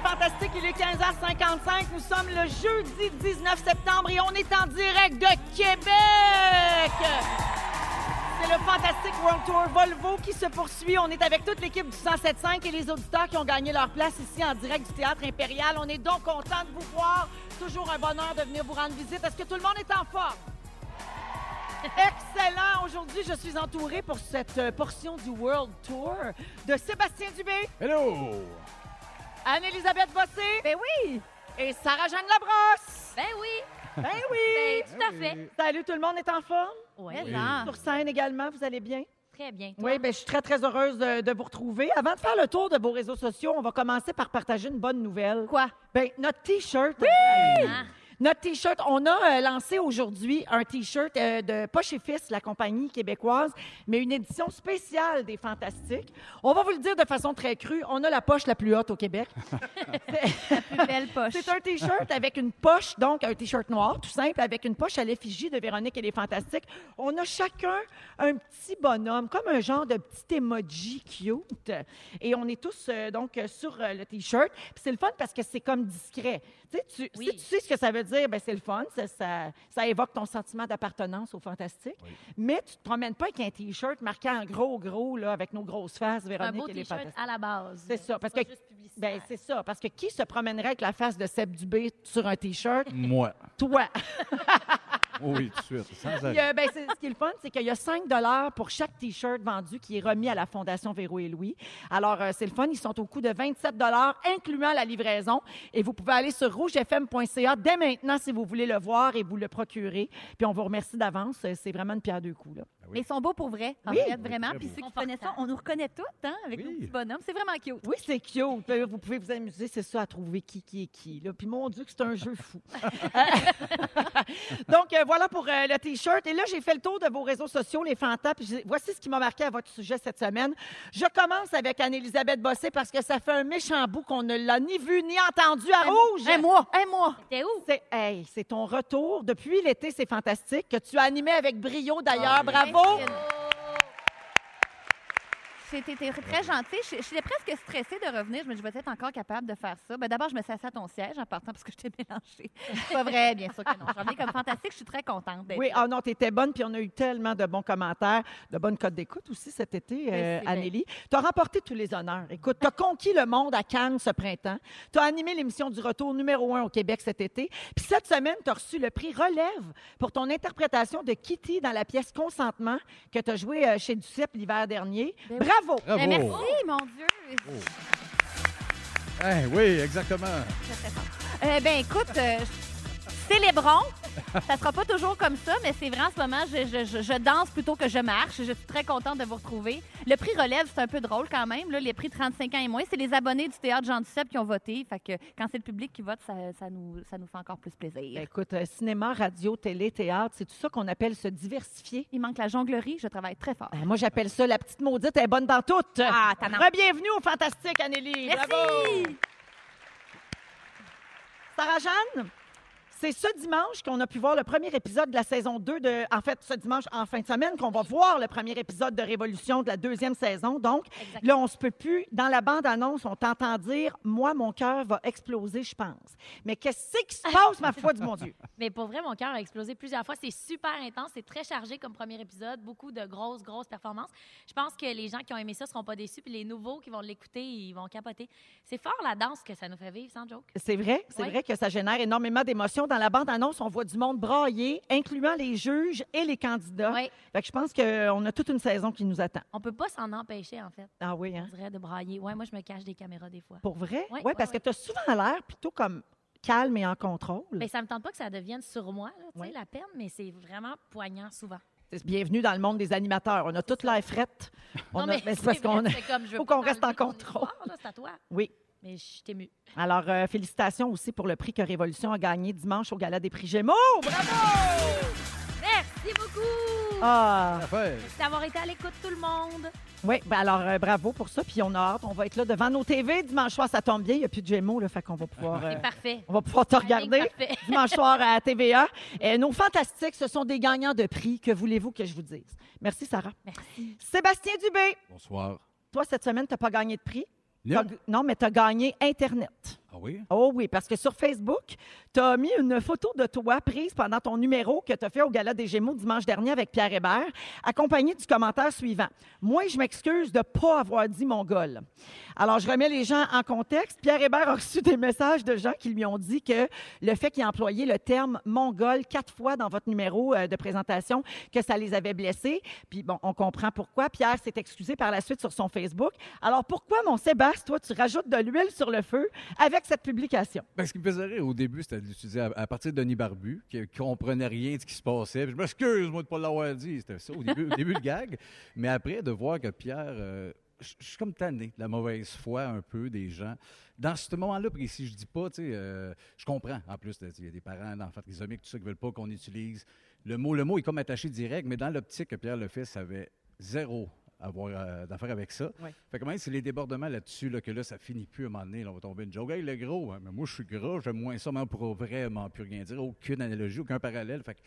Fantastique, il est 15h55. Nous sommes le jeudi 19 septembre et on est en direct de Québec. C'est le Fantastic World Tour Volvo qui se poursuit. On est avec toute l'équipe du 107.5 et les auditeurs qui ont gagné leur place ici en direct du Théâtre Impérial. On est donc content de vous voir. Toujours un bonheur de venir vous rendre visite. Est-ce que tout le monde est en forme? Excellent. Aujourd'hui, je suis entourée pour cette euh, portion du World Tour de Sébastien Dubé, Hello! Anne-Élisabeth Bossé Ben oui! et Sarah-Jeanne Labrosse. Ben oui! Ben Ben oui! Ben, tout à fait! Salut, tout le monde est en forme? Ouais, Oui. non. Sur scène également, vous allez bien? Très bien. Toi? Oui, ben, je suis très, très heureuse de, de vous retrouver. Avant de faire le tour de vos réseaux sociaux, on va commencer par partager une bonne nouvelle. Quoi? Ben, notre T-shirt. Ah. Notre T-shirt, on a euh, lancé aujourd'hui un T-shirt euh, de Poche et Fils, la compagnie québécoise, mais une édition spéciale des Fantastiques. On va vous le dire de façon très crue, on a la poche la plus haute au Québec. Plus belle poche. C'est un T-shirt avec une poche, donc un T-shirt noir, tout simple, avec une poche à l'effigie de Véronique et les Fantastiques. On a chacun un petit bonhomme, comme un genre de petit emoji cute. Et on est tous, euh, donc, euh, sur euh, le T-shirt. Puis c'est le fun parce que c'est comme discret. Tu sais, tu, Oui. Si tu sais ce que ça veut dire, ben c'est le fun. Ça, ça, ça évoque ton sentiment d'appartenance aux Fantastiques. Mais tu te promènes pas avec un T-shirt marquant en gros, gros, là, avec nos grosses faces, un Véronique beau et les t-shirt Fantastiques. à la base. C'est ça, parce Pas que- juste publicitaire. Ben, c'est ça, parce que qui se promènerait avec la face de Seb Dubé sur un T-shirt? Moi. Toi! Oh oui, tout de suite. Sans Il y arrêt. a- ben, c'est- ce qui est le fun, c'est qu'il y a 5 pour chaque T-shirt vendu qui est remis à la Fondation Véro et Louis. Alors, euh, c'est le fun, ils sont au coût de 27 incluant la livraison. Et vous pouvez aller sur rougefm.ca dès maintenant si vous voulez le voir et vous le procurer. Puis on vous remercie d'avance, Euh, c'est vraiment une pierre deux coups. là. Mais ils sont beaux pour vrai, en Oui. fait, vraiment. très Puis beaux. ceux qui Confortable. connaissent ça, on nous reconnaît tous, hein, avec nos Oui. petits bonhommes. C'est vraiment cute. Oui, c'est cute. Euh, Vous pouvez vous amuser, c'est ça, à trouver qui, qui est qui. Là. Puis mon Dieu, que c'est un jeu fou. Donc, euh, voilà pour euh, le T-shirt. Et là, j'ai fait le tour de vos réseaux sociaux, les fantas. Puis j'ai- voici ce qui m'a marqué à votre sujet cette semaine. Je commence avec Anne-Élisabeth Bossé parce que ça fait un méchant bout qu'on ne l'a ni vu ni entendu à rouge. Un mois, un mois. T'es où? C'est hey, c'est ton retour depuis l'été, c'est fantastique, que tu as animé avec brio d'ailleurs. Ah oui. Bravo! C'était très gentil. Je je suis presque stressée de revenir. Je me dis, je vais être encore capable de faire ça. Ben, D'abord, je me suis assise à ton siège en partant parce que je t'ai mélangée. C'est pas vrai, bien sûr que non. Je reviens comme fantastique. Je suis très contente d'être Oui, là. ah non, t'étais bonne, puis on a eu tellement de bons commentaires, de bonnes cotes d'écoute aussi cet été, euh, Merci Ben, bien. Anélie. Tu as remporté tous les honneurs. Écoute, tu as conquis le monde à Cannes ce printemps. Tu as animé l'émission du retour numéro un au Québec cet été. Puis cette semaine, tu as reçu le prix Relève pour ton interprétation de Kitty dans la pièce Consentement que tu as jouée euh, chez Duceppe l'hiver dernier. Ben oui. Bravo! Ben, Bravo! merci, mon Dieu. Eh oui, exactement. Euh, ben écoute, euh, célébrons. Ça sera pas toujours comme ça, mais c'est vrai en ce moment, je, je- je- je danse plutôt que je marche. Je suis très contente de vous retrouver. Le prix relève, c'est un peu drôle quand même. Là, les prix 35 ans et moins, c'est les abonnés du théâtre Jean Duceppe qui ont voté. Fait que quand c'est le public qui vote, ça, ça nous, ça nous fait encore plus Ben, plaisir. Écoute, euh, cinéma, radio, télé, théâtre, c'est tout ça qu'on appelle se diversifier. Il manque la jonglerie, je travaille très fort. Ben, moi, j'appelle ça la petite maudite, elle est bonne dans toutes. Ah, t'as non. Re-bienvenue au Fantastique, Anélie. Merci! Bravo! Sarah-Jeanne, c'est ce dimanche qu'on a pu voir le premier épisode de la saison 2 de. En fait, ce dimanche, en fin de semaine, qu'on va voir le premier épisode de Révolution de la deuxième saison. Donc, Exactement. là, on se peut plus. Dans la bande-annonce, on t'entend dire Moi, mon cœur va exploser, je pense. Mais qu'est-ce qui se passe, ma foi du mon Dieu? Mais pour vrai, mon cœur a explosé plusieurs fois. C'est super intense. C'est très chargé comme premier épisode. Beaucoup de grosses, grosses performances. Je pense que les gens qui ont aimé ça seront pas déçus. Puis les nouveaux qui vont l'écouter, ils vont capoter. C'est fort la danse que ça nous fait vivre, sans joke. C'est vrai, c'est Oui. vrai que ça génère énormément d'émotions. Dans la bande-annonce, on voit du monde brailler, incluant les juges et les candidats. Oui. Fait que je pense qu'on a toute une saison qui nous attend. On peut pas s'en empêcher, en fait. Ah oui, On hein? dirait de brailler. Ouais, moi, je me cache des caméras des fois. Pour vrai? Oui, ouais, oui, parce oui. que tu as souvent l'air plutôt comme calme et en contrôle. Mais ça me tente pas que ça devienne sur moi, là, tu sais, Mm. Ouais. la peine, mais c'est vraiment poignant souvent. C'est- Bienvenue dans le monde des animateurs. On a toute l'air frette. On a- mais mais c'est parce c'est qu'on a- vrai, c'est comme, je veux faut pas qu'on reste t'enlever en ton contrôle. histoire, là, c'est à toi. Oui. Mais je suis émue. Alors, euh, félicitations aussi pour le prix que Révolution a gagné dimanche au Gala des prix Gémeaux. Oh, Merci beaucoup Ah! Parfait. Merci d'avoir été à l'écoute, tout le monde. Oui, ben alors euh, bravo pour ça. Puis on a hâte. On va être là devant nos TV dimanche soir. Ça tombe bien, il n'y a plus de Gémeaux, là, fait qu'on va pouvoir. euh, C'est parfait. On va pouvoir te regarder Parfait. dimanche soir à TVA. Euh, nos fantastiques, ce sont des gagnants de prix. Que voulez-vous que je vous dise? Merci, Sarah. Merci. Sébastien Dubé, Bonsoir. toi, cette semaine, tu n'as pas gagné de prix. Non. T'as- mais tu as gagné Internet. Ah oui? Oh oui, parce que sur Facebook, tu as mis une photo de toi prise pendant ton numéro que tu as fait au Gala des Gémeaux dimanche dernier avec Pierre Hébert, accompagné du commentaire suivant. Moi, je m'excuse de ne pas avoir dit mongol. Alors, je remets les gens en contexte. Pierre Hébert a reçu des messages de gens qui lui ont dit que le fait qu'il ait employé le terme mongol quatre fois dans votre numéro euh, de présentation, que ça les avait blessés. Puis bon, on comprend pourquoi. Pierre s'est excusé par la suite sur son Facebook. Alors, pourquoi, mon Sébastien, toi, tu rajoutes de l'huile sur le feu avec cette publication? Ben, ce qui me faisait rire au début, c'était de l'utiliser à, à partir de Denis Barbu, qui ne comprenait rien de ce qui se passait. Puis je m'excuse, moi, de ne pas l'avoir dit. C'était ça au début, au début le gag. Mais après, de voir que Pierre. euh, je je suis comme tanné de la mauvaise foi un peu des gens. Dans ce moment-là précis, je dis pas, tu sais, euh, je comprends. En plus, il y a des parents, d'enfants trisomiques, tout ça, qui veulent pas qu'on utilise le mot. Le mot est comme attaché direct, mais dans l'optique que Pierre le fait, ça avait zéro à voir euh, d'affaire avec ça. Ouais. Fait que même c'est les débordements là-dessus, là, que là, ça finit plus à un moment donné. là, on va tomber une joke. Hey, le gros, hein, mais moi, je suis gras, j'aime moins ça, mais on pourra vraiment plus rien dire. Aucune analogie, aucun parallèle. Fait que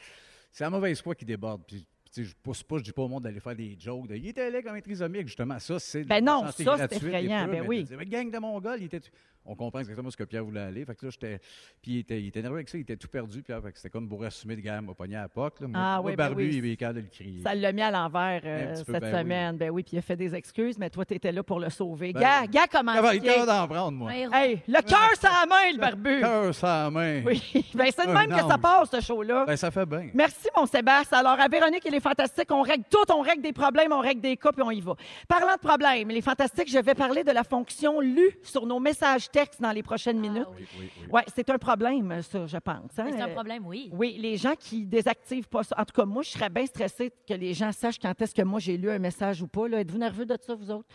c'est la mauvaise foi qui déborde. Puis, tu sais, je pousse pas, je dis pas au monde d'aller faire des jokes. De, il était laid comme un trisomique, justement. Ça, c'est de Ben non, méchanceté ça, c'est gratuite et effrayant, pure, ben mais oui. de dire, Mais gang de Mongols, il était. On comprend exactement ce que Pierre voulait aller. Fait que là, j'étais. Puis il était, il était nerveux avec ça, il était tout perdu, Pierre. Fait que c'était comme pour assumer de gamme, m'a pogné à la poque. Là. Moi, Ah oui, moi, ben Barbu, oui. il est capable de le crier. Ça l'a mis à l'envers euh, Un petit cette peu, ben oui. semaine. Ben oui, puis il a fait des excuses, mais toi, tu étais là pour le sauver. Ben gars, oui. gars, comment Ah ben, il il est capable d'en prendre, moi. Un héros. Hey, le cœur, ça la main, le barbu. Cœur sans main. Oui, ben c'est de Un même que ça ange. passe, ce show-là. Ben, ça fait bien. Merci, mon Sébastien. Alors, à Véronique, il est fantastique. On règle tout, on règle des problèmes, on règle des cas, puis on y va. Parlant de problèmes, les fantastiques, je vais parler de la fonction lue sur nos messages textes dans les prochaines minutes. Ah, oui. Oui, oui, oui. Ouais, c'est un problème, ça, je pense. hein. Mais C'est un Euh, problème, oui. Oui, les gens qui désactivent pas ça. En tout cas, moi, je serais bien stressée que les gens sachent quand est-ce que moi j'ai lu un message ou pas. là. Êtes-vous nerveux de ça, vous autres?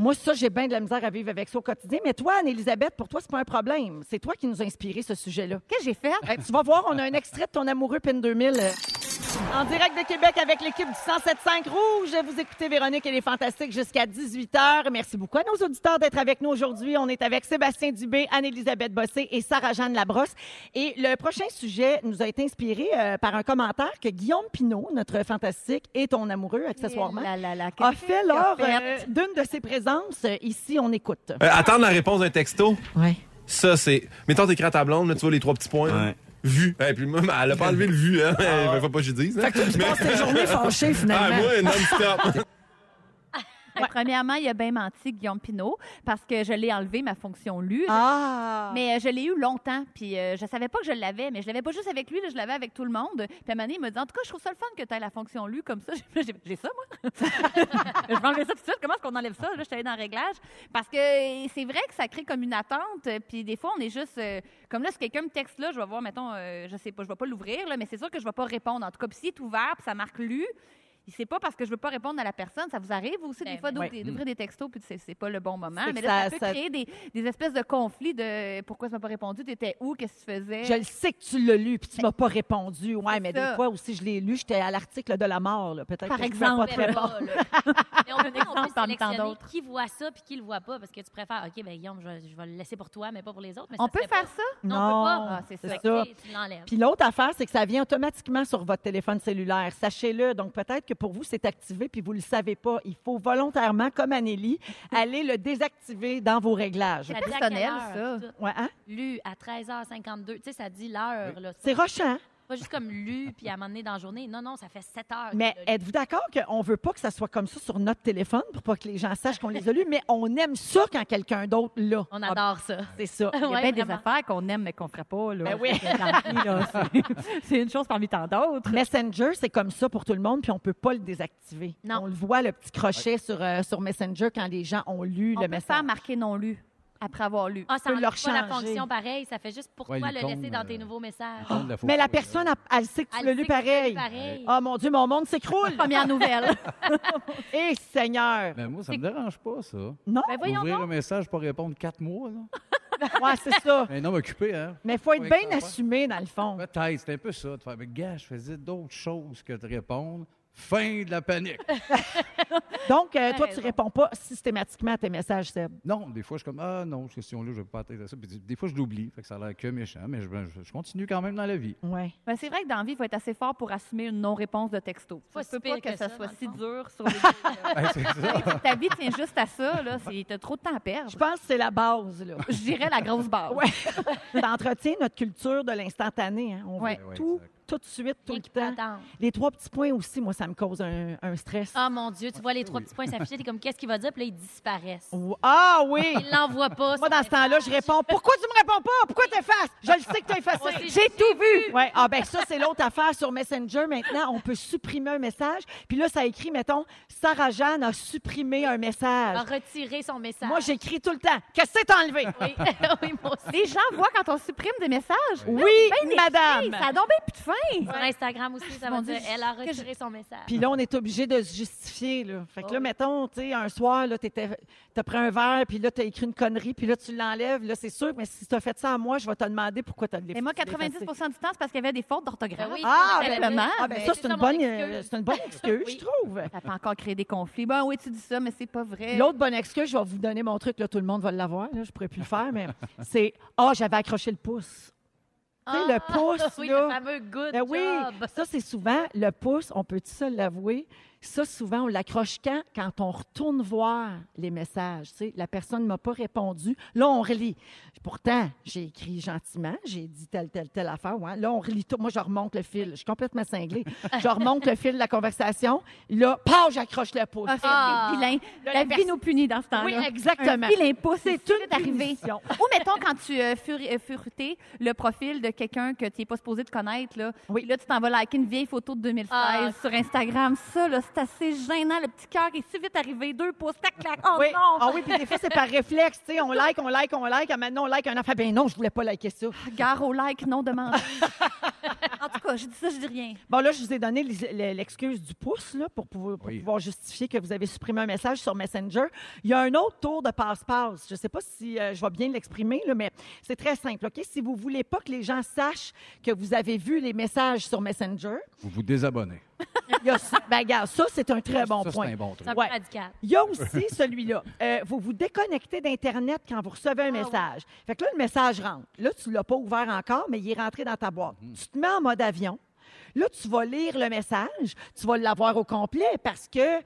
moi, ça, j'ai bien de la misère à vivre avec ça au quotidien. Mais toi, Anne-Elisabeth, pour toi, c'est pas un problème. C'est toi qui nous as inspiré ce sujet-là. Qu'est-ce que j'ai fait? Hey, tu vas voir, on a un extrait de ton amoureux PIN 2000. euh, En direct de Québec avec l'équipe du 107.5 Rouge. Vous écoutez Véronique et les Fantastiques jusqu'à 18h. Merci beaucoup à nos auditeurs d'être avec nous aujourd'hui. On est avec Sébastien Dubé, Anne-Élisabeth Bossé et Sarah-Jeanne Labrosse. Et le prochain sujet nous a été inspiré euh, par un commentaire que Guillaume Pinault, notre fantastique et ton amoureux, accessoirement, La, la, la, a qu'est-ce fait qu'il a lors euh, fait? d'une de ses présences. Euh, Ici, on écoute. Euh, attendre la réponse d'un texto, Ouais. ça c'est. Mettons t'écris à ta blonde, là, tu vois les trois petits points. là. Ouais. Vu. Et puis moi, elle a pas enlevé le vu, hein. Ah. Il faut pas que je dise. Hein. Tu passes tes journées fâchées, Ah, finalement. moi, non-stop. Ben, Premièrement, il a bien menti, Guillaume Pinault, parce que je l'ai enlevé ma fonction lue. Ah! Mais euh, je l'ai eu longtemps, puis euh, je savais pas que je l'avais, mais je l'avais pas juste avec lui, là, je l'avais avec tout le monde. Puis à un moment donné, il m'a dit En tout cas, je trouve ça le fun que tu aies la fonction lue comme ça. J'ai- J'ai j'ai ça, moi. je vais enlever ça tout de suite. Comment est-ce qu'on enlève ça Là, je suis allée dans le réglage. Parce que euh, c'est vrai que ça crée comme une attente, euh, puis des fois, on est juste. euh, comme là, si quelqu'un me texte là, je vais voir, mettons, euh, je sais pas, je vais pas l'ouvrir, là, mais c'est sûr que je vais pas répondre. En tout cas, puis s'il est ouvert, puis ça marque lu. C'est pas parce que je veux pas répondre à la personne. Ça vous arrive aussi Ben, des fois ben, d'ouvrir d'ouvrir des textos puis c'est c'est pas le bon moment. C'est Mais que là, ça, ça- peut ça- créer des, des espèces de conflits de pourquoi tu m'as pas répondu, t'étais où, qu'est-ce que tu faisais. Je le sais que tu l'as lu puis tu m'as pas répondu. Ouais, Eh. C'est mais ça. des fois aussi je l'ai lu, j'étais à l'article de la mort là, peut-être. Par que je suis exemple, pas très bon. Mais on peut, on peut exemple parmi tant sélectionner d'autres. qui voit ça puis qui le voit pas parce que tu préfères OK ben Guillaume je, vais- je vais le laisser pour toi mais pas pour les autres mais On ça peut serait faire pas- ça? Non, on peut pas. Ah, c'est c'est ça. Fait que ça. tu sais, tu l'enlèves. Puis l'autre affaire, c'est que ça vient automatiquement sur votre téléphone cellulaire. Sachez-le. Donc, peut-être que pour vous, c'est activé puis vous le savez pas. Il faut volontairement, comme Anélie, aller le désactiver dans vos réglages. Ça dit à personnel, quelle heure, ça. tout. Ouais, hein? Lu à 13h52, tu sais ça dit l'heure là. C'est pas, rochant. hein? pas juste comme lu puis à un moment donné dans la journée. Non non, ça fait 7 heures. Mais que tu l'as lu. êtes-vous d'accord qu'on veut pas que ça soit comme ça sur notre téléphone pour pas que les gens sachent qu'on les a lus, mais on aime ça quand quelqu'un d'autre l'a. Ah, on adore ça. C'est ça. Il y a Ouais, bien des vraiment. affaires qu'on aime mais qu'on ferait pas. Là. Ben oui. Tant pis, là. C'est- c'est une chose parmi tant d'autres. Messenger, c'est comme ça pour tout le monde, puis on peut pas le désactiver. Non. On le voit, le petit crochet sur, euh, sur Messenger quand les gens ont lu On le peut message. faire marquer non lu après avoir lu. Ah, peut ça enlève leur pas la changer. fonction pareil, ça fait juste pour Ouais, toi le l'icône, laisser dans tes euh, nouveaux messages. Prendre photo, Oh, Mais la là. personne, elle, elle sait que tu Elle l'as sait lu que tu pareil. l'as pareil. Oh mon Dieu, mon monde s'écroule. Première nouvelle. Et Seigneur. Ben, moi, ça me dérange pas, ça. Non, Ben voyons Ouvrir donc. un message, pas répondre quatre mois, là. Ben ouais, c'est ça. Un homme occupé, hein? Mais il faut être Ouais, bien ça va. assumé, dans le fond. Peut-être, c'est un peu ça, de faire, mais gars, je faisais d'autres choses que de répondre. Fin de la panique. Donc, euh, toi, tu raison. réponds pas systématiquement à tes messages, Seb. Non, des fois, je suis comme, ah non, cette question-là, je ne vais pas atteindre à ça. Puis des- des fois, je l'oublie. Fait que ça a l'air que méchant, mais je, je- je continue quand même dans la vie. Oui. Ben, c'est vrai que dans la vie, il faut être assez fort pour assumer une non-réponse de texto. Pas Ça si se peut pire pas que, que ça, ça, soit dans le si fond. dur sur les deux. Hey, c'est ça. Ta vie tient juste à ça, là. C'est- T'as trop de temps à perdre. Je pense que c'est la base, là. Je dirais la grosse barre. Ouais. Ça entretient notre culture de l'instantané. hein. On Ouais. veut Ouais, tout, exact. tout de suite, tout Rien le qui temps. t'attend. Les trois petits points aussi, moi, ça me cause un, un stress. Ah mon Dieu, tu vois les trois petits points s'afficher, t'es comme qu'est-ce qu'il va dire, puis là ils disparaissent. Ou- Ah oui! Ils l'envoient pas. Moi, dans ce temps-là, je réponds Pourquoi tu me réponds pas? Pourquoi t'effaces? Je le sais que t'as On sait- effacé. J'ai tout vu! Ouais. Ah ben ça, c'est l'autre affaire sur Messenger. Maintenant, on peut supprimer un message. Puis là, ça écrit, mettons, Sarah Jeanne a supprimé un message. a retiré son message. Moi, j'écris tout le temps. Qu'est-ce que t'as enlevé? Oui, oui moi aussi. Les gens voient quand on supprime des messages. Oui, Ben, les filles, madame. Ça a donc bien plus de fin. Sur Instagram aussi, ça Mon va Dieu, dire elle a que je- retiré son message. Puis là, on est obligé de se justifier. Là. Fait que Oh là, oui. mettons, tu sais, un soir, là, t'étais- t'as pris un verre, puis là, t'as écrit une connerie, puis là, tu l'enlèves. Là, c'est sûr, mais si t'as fait ça à moi, je vais te demander pourquoi t'as l'effacé. Mais moi, 90 du temps, c'est parce qu'il y avait des fautes d'orthographe. Ben oui, Ah, ça, ben, simplement. Ah, ben ça, c'est une, mon bonne, excuse. euh, c'est une bonne excuse, Oui. je trouve. Ça peut encore créer des conflits. Ben oui, tu dis ça, mais c'est pas vrai. L'autre bonne excuse, je vais vous donner mon truc, là, tout le monde va l'avoir, là, je pourrais plus le faire, mais c'est Ah, j'avais accroché le pouce. Tu sais, le Ah, pouce, oui, là. le fameux good Ben oui, job. ça c'est souvent le pouce, on peut-tu se l'avouer? Ça, souvent, on l'accroche quand? Quand on retourne voir les messages. tu sais, la personne ne m'a pas répondu. Là, on relit. Pourtant, j'ai écrit gentiment, j'ai dit telle, telle, telle affaire. ouais. Là, on relit tout. Moi, je remonte le fil. Je suis complètement cinglée. je remonte le fil de la conversation. Là, paf, j'accroche le pouce. Ah, c'est Ah. vilain. Là, La la vie nous punit dans ce temps-là. Oui, exactement. Un vilain pouce, c'est tout une arrivé. punition. Ou mettons, quand tu euh, furi- euh, furetais le profil de quelqu'un que tu n'es pas supposé de connaître, là, Oui. Puis là, tu t'en vas liker une vieille photo de 2016 Ah. sur Instagram. Ça, là, c'est assez gênant. Le petit cœur est si vite arrivé. Deux pouces, tac, clac. Oh oui. non! Ah oui, puis des fois, c'est par réflexe. tu sais, On like, on like, on like. Ah, Maintenant, on like un affaire. Ben non, je voulais pas liker ça. Ah. Gare au like non demandé. en tout cas, je dis ça, je dis rien. Bon, là, je vous ai donné l'is- le- l'excuse du pouce là, pour, pouvoir, pour Oui. pouvoir justifier que vous avez supprimé un message sur Messenger. Il y a un autre tour de passe-passe. Je ne sais pas si euh, je vais bien l'exprimer, là, mais c'est très simple. Ok, Si vous voulez pas que les gens sachent que vous avez vu les messages sur Messenger, Vous vous désabonnez. il y a, ben, regarde, ça, c'est un très bon ça, point. c'est un bon truc. C'est un peu Ouais. radical. Il y a aussi celui-là. Euh, vous vous déconnectez d'Internet quand vous recevez un ouais. message. Fait que là, le message rentre. Là, tu ne l'as pas ouvert encore, mais il est rentré dans ta boîte. Tu te mets en mode avion. Là, tu vas lire le message. Tu vas l'avoir au complet parce que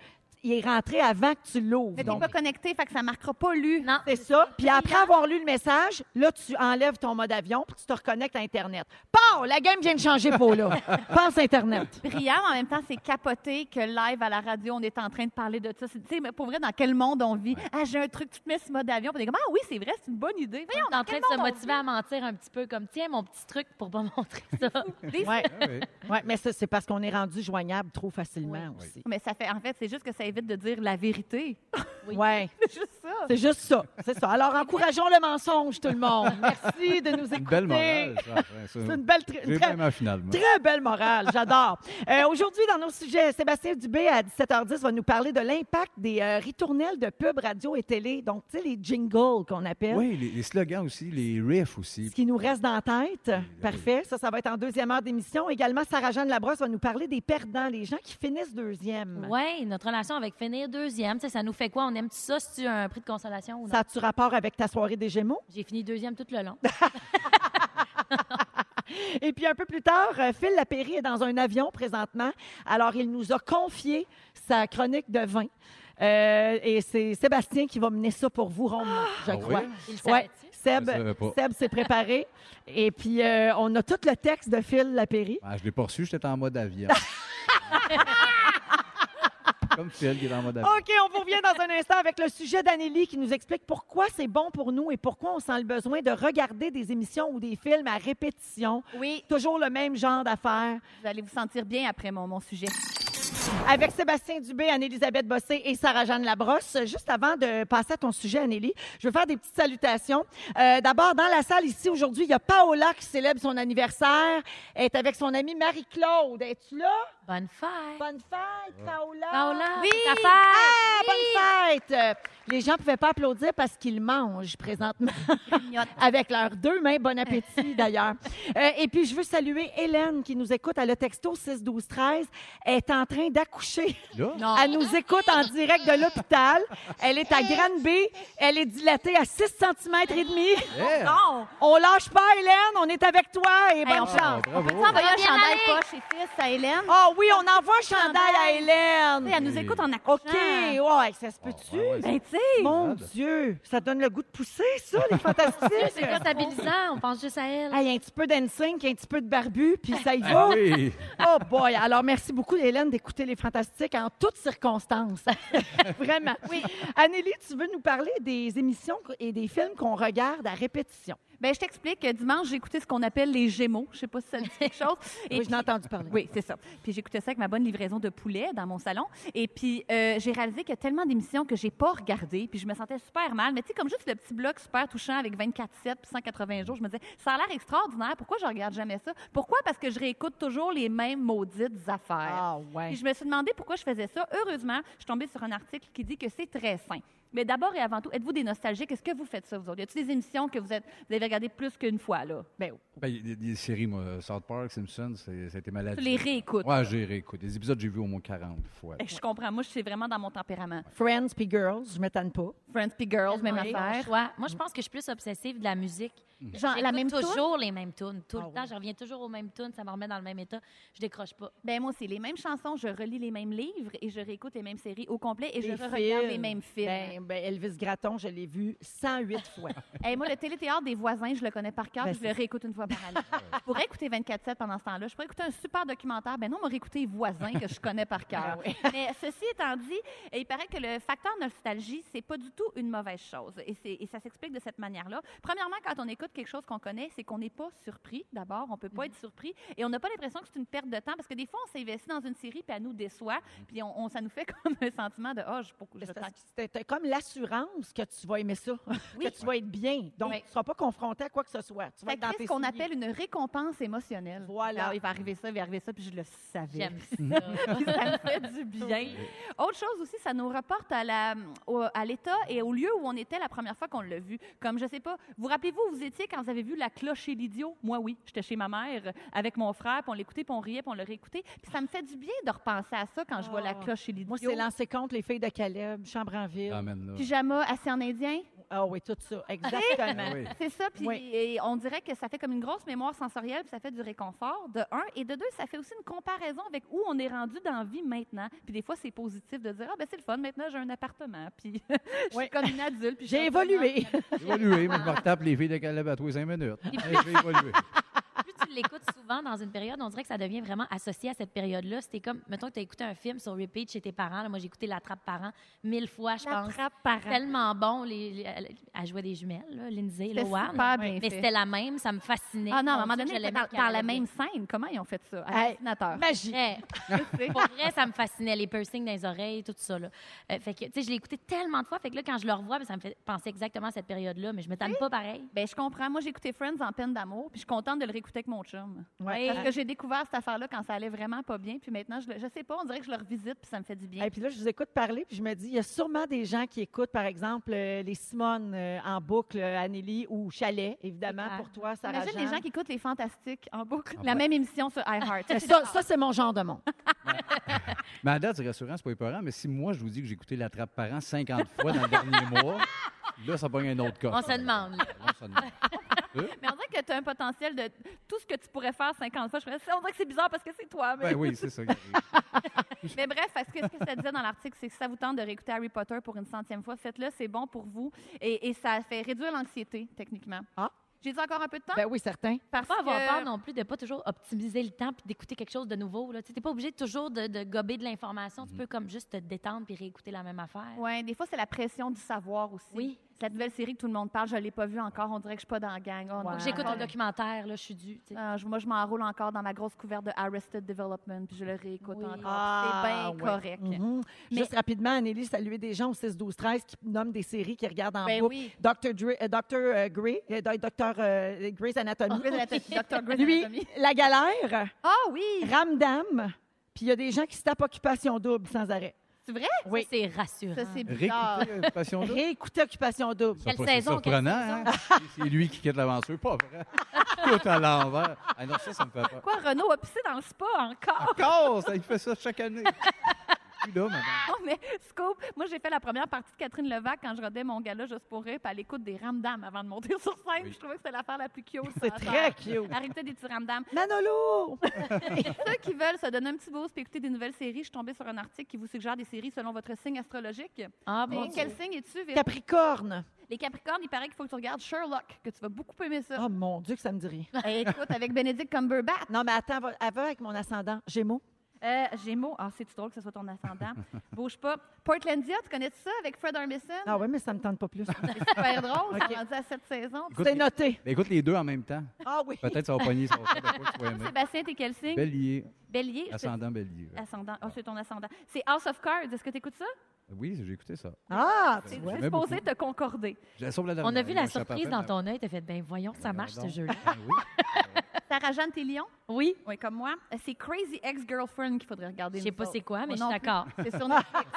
il est rentré avant que tu l'ouvres. Mais t'es Donc, pas connecté, fait que ça marquera pas lu. Non, c'est ça. Puis après avoir lu le message, là, tu enlèves ton mode avion puis tu te reconnectes à Internet. Pow! La game vient de changer pour là. Pense Internet. brillant, mais en même temps, c'est capoté que live à la radio, on est en train de parler de ça. C'est- Tu sais, mais pour vrai, dans quel monde on vit? Ah, j'ai un truc, tu te mets sur mode avion. Puis t'es comme, ah oui, c'est vrai, c'est une bonne idée. Voyons, on est en dans train quel de se monde on motiver à mentir un petit peu, comme tiens mon petit truc pour pas montrer ça. vit? Ouais. Ah oui. Ouais, mais ça, c'est parce qu'on est rendu joignable trop facilement Oui. aussi. Mais ça fait, en fait, c'est juste que ça évite de dire la vérité. Oui. Ouais. C'est juste ça. C'est juste ça. C'est ça. Alors, encourageons le mensonge, tout le monde. Merci de nous écouter. Une belle morale, ça. après ça. C'est une belle, tr- une J'ai très, même un finalement. très belle morale. J'adore. Euh, Aujourd'hui, dans nos sujets, Sébastien Dubé, à 17h10, va nous parler de l'impact des euh, ritournelles de pub, radio et télé. Donc, tu sais, les jingles qu'on appelle. Oui, les, les slogans aussi, les riffs aussi. Ce qui nous reste dans la tête. Parfait. Ça, ça va être en deuxième heure d'émission. Également, Sarah-Jeanne Labrosse va nous parler des perdants, les gens qui finissent deuxième. Oui, notre relation avec finir deuxième, tu sais, ça nous fait quoi? On aime-tu ça si tu as un prix de consolation ou non? Ça a-tu rapport avec ta soirée des Gémeaux? J'ai fini deuxième tout le long. Et puis un peu plus tard, euh, Phil Lapéry est dans un avion présentement. Alors, il nous a confié sa chronique de vin. Euh, et c'est Sébastien qui va mener ça pour vous, rondement, je Ah crois. ouais? Il le Ouais, savait-tu? Seb, Je savais pas. Seb s'est préparé. Et puis, euh, on a tout le texte de Phil Lapéry. Ah, je l'ai pas reçu, j'étais en mode avion. Comme Phil qui est en mode avion. OK, on vous revient dans un instant avec le sujet d'Anélie qui nous explique pourquoi c'est bon pour nous et pourquoi on sent le besoin de regarder des émissions ou des films à répétition. Oui, Toujours le même genre d'affaires. vous allez vous sentir bien après mon, mon sujet. avec Sébastien Dubé, Anne-Élisabeth Bossé et Sarah-Jeanne Labrosse. Juste avant de passer à ton sujet, Anélie, je veux faire des petites salutations. Euh, D'abord, dans la salle ici aujourd'hui, il y a Paola qui célèbre son anniversaire. Elle est avec son amie Marie-Claude. Es-tu là? Bonne fête! Bonne fête, Paola! Paola, Oui. ta fête! Ah, bonne fête! Les gens ne pouvaient pas applaudir parce qu'ils mangent présentement Clignote. avec leurs deux mains. Bon appétit, d'ailleurs. Euh, et puis, je veux saluer Hélène qui nous écoute à le texto 6-12-13. Elle est en train d'accoucher. Là, Non. Elle nous écoute en direct de l'hôpital. Elle est à Grande B. Elle est dilatée à 6 cm et demi. yeah. Non! On lâche pas, Hélène. On est avec toi et bonne Hey, on fait- chance. On ah, peut bravo. envoyer un Bien chandail aller. poche et fils à Hélène? Ah oui, on envoie un chandail à Tu sais, Hélène. Elle nous écoute en accouchant. Oh, OK, ouais, ça se peut-tu? Ah, ouais, ouais, Ben, tu sais, Mon malade. Dieu, ça donne le goût de pousser, ça, les fantastiques. C'est comptabilisant, on pense juste à elle. Ah! Hey, un petit peu d'Ensync, un petit peu de barbu, puis ça y va. Ah oui. Oh boy! Alors, merci beaucoup, Hélène, d'écouter les Fantastiques en toutes circonstances. Vraiment. Oui. Anélie, tu veux nous parler des émissions et des films qu'on regarde à répétition? ben, je t'explique. Dimanche, j'ai écouté ce qu'on appelle les Gémeaux. Je sais pas si ça dit quelque chose. Et oui, je n'ai entendu parler. Oui, c'est ça. Puis j'écoutais ça avec ma bonne livraison de poulet dans mon salon. Et puis euh, j'ai réalisé qu'il y a tellement d'émissions que j'ai pas regardées. Puis je me sentais super mal. Mais tu sais, comme juste le petit bloc super touchant avec 24-7 puis 180 jours, je me disais, ça a l'air extraordinaire. Pourquoi je regarde jamais ça? Pourquoi? Parce que je réécoute toujours les mêmes maudites affaires. Ah Puis ouais. je me suis demandé pourquoi je faisais ça. Heureusement, je suis tombée sur un article qui dit que c'est très sain. Mais d'abord et avant tout, êtes-vous des nostalgiques? Est-ce que vous faites ça, vous autres? Y a-t-il des émissions que vous, êtes, vous avez regardées plus qu'une fois, là? Ben, Ben, il y a des, des séries, moi, South Park, Simpson, c'est- c'était malade. Tu les réécoutes. Eh, Ouais, j'ai réécoute. Des épisodes, j'ai vu au moins 40 fois. Eh, Je comprends. Moi, je suis vraiment dans mon tempérament. Friends puis Girls, je m'étonne pas. Friends puis Girls, même Oui. affaire. Ouais. Moi, je pense que je suis plus obsessive de la musique. Genre, la J'écoute même toujours les mêmes tunes. Tout Ah le temps, ouais. je reviens toujours aux mêmes tunes. Ça me remet dans le même état. Je décroche pas. Ben moi, c'est les mêmes chansons, je relis les mêmes livres et je réécoute les mêmes séries au complet et je Des regarde films. les mêmes films. Ben, ben, Elvis Gratton, je l'ai vu 108 fois. Hey, moi, le téléthéâtre des voisins, je le connais par cœur, Ben, puis je le réécoute une fois par année. je pourrais écouter 24-7 pendant ce temps-là. Je pourrais écouter un super documentaire. Ben non, on réécouter Voisins, que je connais par cœur. Ben Mais ceci étant dit, il paraît que le facteur nostalgie, c'est pas du tout une mauvaise chose. Et, c'est- et ça s'explique de cette manière-là. Premièrement, quand on écoute quelque chose qu'on connaît, c'est qu'on n'est pas surpris. D'abord, on peut Mm-hmm. pas être surpris. Et on n'a pas l'impression que c'est une perte de temps, parce que des fois, on s'investit dans une série, puis elle nous déçoit. Puis on, on- ça nous fait comme un sentiment de, oh, je, pour- je Mm-hmm. Ben, C'est t'en- parce que c'est- t'as comme l'assurance que tu vas aimer ça, Oui. que tu vas être bien. Donc, Oui. tu ne seras pas confronté à quoi que ce soit. Tu vas Ça être dans crée ce tes qu'on souliers. appelle une récompense émotionnelle. Voilà. Ah, il va arriver ça, il va arriver ça, puis je le savais. J'aime ça. Puis ça me fait du bien. Autre chose aussi, ça nous reporte à la, au- à l'état et au lieu où on était la première fois qu'on l'a vu. Comme je sais pas, vous rappelez-vous où vous étiez quand vous avez vu la cloche et l'idiot Moi oui, j'étais chez ma mère euh, avec mon frère, puis on l'écoutait, puis on riait, puis on le réécoutait. Puis ça me fait du bien de repenser à ça quand je vois la Ah. cloche et l'idiot. Moi, c'est lancé contre les filles de Caleb, Chambranville. Ramène là. Pyjama assis en indien. Ah oui, tout ça, exactement. Ah oui. C'est ça, puis Oui. et on dirait que ça fait comme une grosse mémoire sensorielle, puis ça fait du réconfort, de un. Et de deux, ça fait aussi une comparaison avec où on est rendu dans la vie maintenant. Puis des fois, c'est positif de dire, ah ben c'est le fun, maintenant j'ai un appartement, puis je Oui. suis comme une adulte. puis je J'ai suis autonome. évolué. Évolué, mais je me retape les filles de Caleb à tous les 5 minutes. Eh, Je vais évoluer. Plus tu l'écoutes souvent dans une période, on dirait que ça devient vraiment associé à cette période-là. C'était comme, mettons que tu as écouté un film sur repeat chez tes parents. là. moi, j'ai écouté La Trappe Parents mille fois, je pense. L'attrape par Tellement bon. Les, les- elle- elle jouait des jumelles, là, Lindsay, C'était Lohan. super bien Mais fait. c'était la même, ça me fascinait. Ah non, à un Mon moment Dieu, donné, je ils étaient l'aimais dans, qu'elle dans la allait bien. même Ben, scène. Comment ils ont fait ça? Eh À Hey, l'ordinateur. Magie. Vrai. Pour vrai, ça me fascinait, les piercings dans les oreilles, tout ça. Là. Euh, fait que, tu sais, je l'ai écouté tellement de fois, fait que là, quand je le revois, ben, ça me fait penser exactement à cette période-là, mais je me tanne pas pareil. Ben, je comprends. Moi, j'ai écouté Friends en peine d'amour, puis je suis contente de le réécouter avec mon chum. Ouais. Parce que j'ai découvert cette affaire-là quand ça allait vraiment pas bien, puis maintenant, je, le- je sais pas, on dirait que je le revisite, puis ça me fait du bien. Et puis là, je vous écoute parler, puis je me dis, il y a sûrement des gens qui écoutent, par exemple, euh, les Simone euh, en boucle, euh, Anneli ou Chalet, C'est évidemment, clair. pour toi, Sarah Ah. Imagine les Jeanne. gens qui écoutent les Fantastiques en boucle, Ah la ouais. même émission sur iHeart. Mais Ça, ça, c'est mon genre de monde. Ah. Mais à date, c'est rassurant, c'est pas épeurant, mais si moi, je vous dis que j'ai écouté La Trappe Parent 50 fois dans le dernier mois, là, ça pogne un autre cas. On se demande, là. On se demande. Mais on dirait que tu as un potentiel de tout ce que tu pourrais faire 50 fois. Je me dis, on dirait que c'est bizarre parce que c'est toi. Mais, Ben oui, c'est ça. mais bref, parce que ce que ça disait dans l'article, c'est que ça vous tente de réécouter Harry Potter pour une centième fois, faites-le, c'est bon pour vous. Et, et ça fait réduire l'anxiété, techniquement. Ah. J'ai dit encore un peu de temps? Ben oui, certain. parce Pas avoir que- peur non plus de pas toujours optimiser le temps puis d'écouter quelque chose de nouveau. Tu n'es pas obligé toujours de, de gober de l'information. Mm. Tu peux comme juste te détendre puis réécouter la même affaire. Oui, des fois, c'est la pression du savoir aussi. Oui. C'est la nouvelle série que tout le monde parle, je ne l'ai pas vue encore, on dirait que je suis pas dans la gang. Oh, non, Ouais. J'écoute encore un documentaire, là, je suis due. tu sais. Ah, je- moi, je m'enroule encore dans ma grosse couverte de Arrested Development, puis je le réécoute Oui. encore. puis Ah, c'est bien ouais. correct. Mhm. Mais- Juste rapidement, Anneli, saluer des gens au 6, 12, 13 qui nomment des séries qu'ils regardent en Ben boucle. oui. Dr. Dre- euh, Dr. euh, Grey, euh, Dr. euh, Grey's Anatomy. Grey's Anatomy, Dr. Grey's Lui, Anatomy. La Galère, Ah oui! Ramdam, puis il y a des gens qui se tapent Occupation Double sans arrêt. C'est vrai? Oui. Oui. C'est rassurant. Ah, Ça, Ah. c'est bizarre. Réécoutez euh, Passion Double. Réécoutez Occupation Double. C'est Quelle pas- c'est saison, quelle surprenant, hein? C'est- C'est lui qui quitte l'aventure. Pas vrai. Tout à l'envers. Ah non, ça, ça me fait peur. Quoi, Renaud a pissé dans le spa encore? Encore, ça, il fait ça chaque année. Plus là, madame. Ah. Non, mais scoop, moi, j'ai fait la première partie de Catherine Levac quand je rodais mon gala Juste pour rire, puis à l'écoute des ramdames avant de monter sur scène. Oui. puis Je trouvais que c'était l'affaire la plus cute. C'est sur la très terre. cute. Arrêtez des petits ramdames. Manolo! Ceux qui veulent se donner un petit boost puis écouter des nouvelles séries, je suis tombée sur un article qui vous suggère des séries selon votre signe astrologique. Ah, Et bon. quel signe es-tu, Véro? Capricorne. Les Capricornes, il paraît qu'il faut que tu regardes Sherlock, que tu vas beaucoup aimer ça. Oh mon Dieu, que ça me dit rien. Eh, écoute, avec Benedict Cumberbatch. Non, mais attends, va- avant avec mon ascendant, Gémeaux. Euh, Gémeaux, ah, c'est drôle que ce soit ton ascendant. Bouge pas. Portlandia, tu connais ça avec Fred Armisen? Ah oui, mais ça me tente pas plus. C'est super drôle, Ok. c'est rendu à cette saison. Écoute, C'est noté. ben, écoute les deux en même temps. Ah oui. Peut-être ça va pogner son sort de quoi que tu vas aimer. Sébastien, t'es quel signe? Bélier, Bélier. je ascendant bélier. peux- Ascendant. Ah, c'est ton ascendant. C'est House of Cards. Est-ce que t'écoutes ça? Oui, j'ai écouté ça. Ah, tu C'est vois. J'aimais supposé beaucoup. te concorder. Je la sauve la On a dernière, hein, vu il la m'a échappé surprise à dans peine. ton œil. T'as fait, ben voyons, ça Voyons marche, ce donc. jeu-là. Ah oui. Sarah-Jeanne, t'es lion? Oui. Oui, comme moi. Euh, C'est Crazy Ex-Girlfriend qu'il faudrait regarder. Je sais nous pas autres. c'est quoi, mais Moi je suis non plus. d'accord. C'est sur Netflix.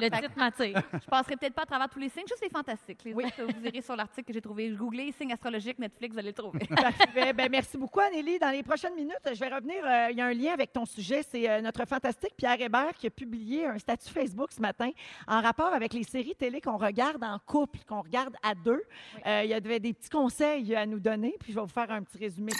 Le titre m'attire. Je passerai peut-être pas à travers tous les signes, juste les fantastiques. Les autres, vous irez sur l'article que j'ai trouvé. Googlez signes astrologiques Netflix, vous allez le trouver. Parfait. Ben, merci beaucoup, Anélie. Dans les prochaines minutes, je vais revenir. euh, il y a un lien avec ton sujet. C'est euh, notre fantastique Pierre Hébert qui a publié un statut Facebook ce matin en rapport avec les séries télé qu'on regarde en couple, qu'on regarde à deux. Euh, il y avait des petits conseils à nous donner, puis je vais vous faire un petit résumé.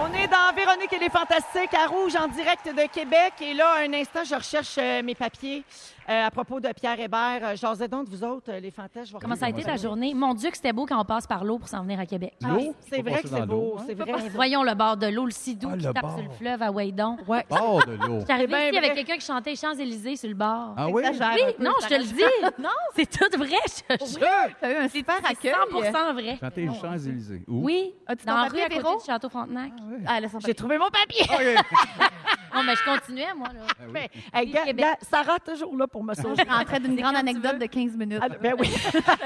On est dans Véronique et les Fantastiques à Rouge en direct de Québec. Et là, un instant, je recherche euh, mes papiers euh, à propos de Pierre Hébert. Euh, J'osais donc de vous autres, euh, les fantasmes. je vais Comment ça a regarder été ta journée? Mon Dieu, que c'était beau quand on passe par l'eau pour s'en venir à Québec. L'eau, Ah, C'est faut vrai passer que dans c'est beau. l'eau, hein? C'est vrai. Ben, voyons le bord de l'eau, le sidou Ah, qui le tape bord. sur le fleuve à Waydon. Bord de l'eau. J'arrivais C'est Ben, bien ici avec vrai. quelqu'un qui chantait les Champs-Élysées sur le bord. Ah oui? Exagère oui, un peu, non, je te Sarah. le dis. non, c'est tout vrai. Je te jure. T'as eu un super C'est accueil. 100 vrai. Chanter les Champs-Élysées. Où? Oui, As-tu ton dans la rue papier, à côté Véro? du Château Frontenac. Ah, là, son J'ai trouvé mon papier. Non, mais je continuais, moi. Là. Ah oui. Mais, hey, gars, Québec. gars, Sarah, toujours là pour me sauver. en train d'une grande anecdote de 15 minutes. Ah, ben oui.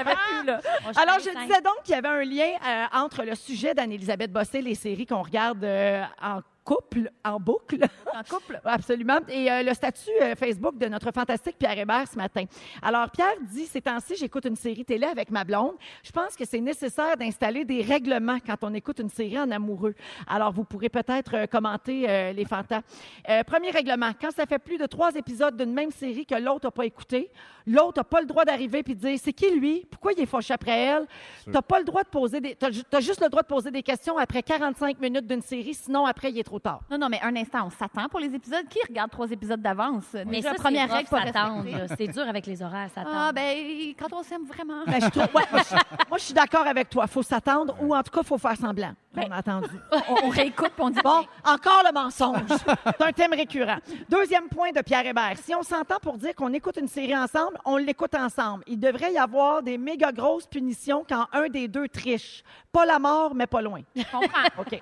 Moi, Alors, je faisais cinq. disais donc qu'il y avait un lien euh, entre le sujet d'Anne-Elisabeth Bossé, les séries qu'on regarde euh, en couple, en boucle. En couple. Absolument. Et euh, le statut euh, Facebook de notre fantastique Pierre Hébert ce matin. Alors, Pierre dit, ces temps-ci, j'écoute une série télé avec ma blonde. Je pense que c'est nécessaire d'installer des règlements quand on écoute une série en amoureux. Alors, vous pourrez peut-être euh, commenter euh, les fantas. Euh, premier règlement, quand ça fait plus de trois épisodes d'une même série que l'autre n'a pas écouté, l'autre n'a pas le droit d'arriver puis de dire, c'est qui lui? Pourquoi il est fauché après elle? Sûr. T'as pas le droit de poser des... T'as ju- t'as juste le droit de poser des questions après 45 minutes d'une série, sinon après, il est trop tard. Non, non, mais un instant, on s'attend pour les épisodes. Qui regarde trois épisodes d'avance? Mais Déjà, ça, première règle, pas s'attendre. respecter. là. C'est dur avec les horaires à s'attendre. Ah, ben, quand on s'aime vraiment. Ben, je trouve- ouais, moi, je, moi, je suis d'accord avec toi. faut s'attendre ou en tout cas, faut faire semblant. On a entendu. on, on réécoute puis on dit Bon, encore le mensonge. C'est un thème récurrent. Deuxième point de Pierre Hébert. Si on s'entend pour dire qu'on écoute une série ensemble, on l'écoute ensemble. Il devrait y avoir des méga grosses punitions quand un des deux triche. Pas la mort, mais pas loin. je comprends. OK. Il-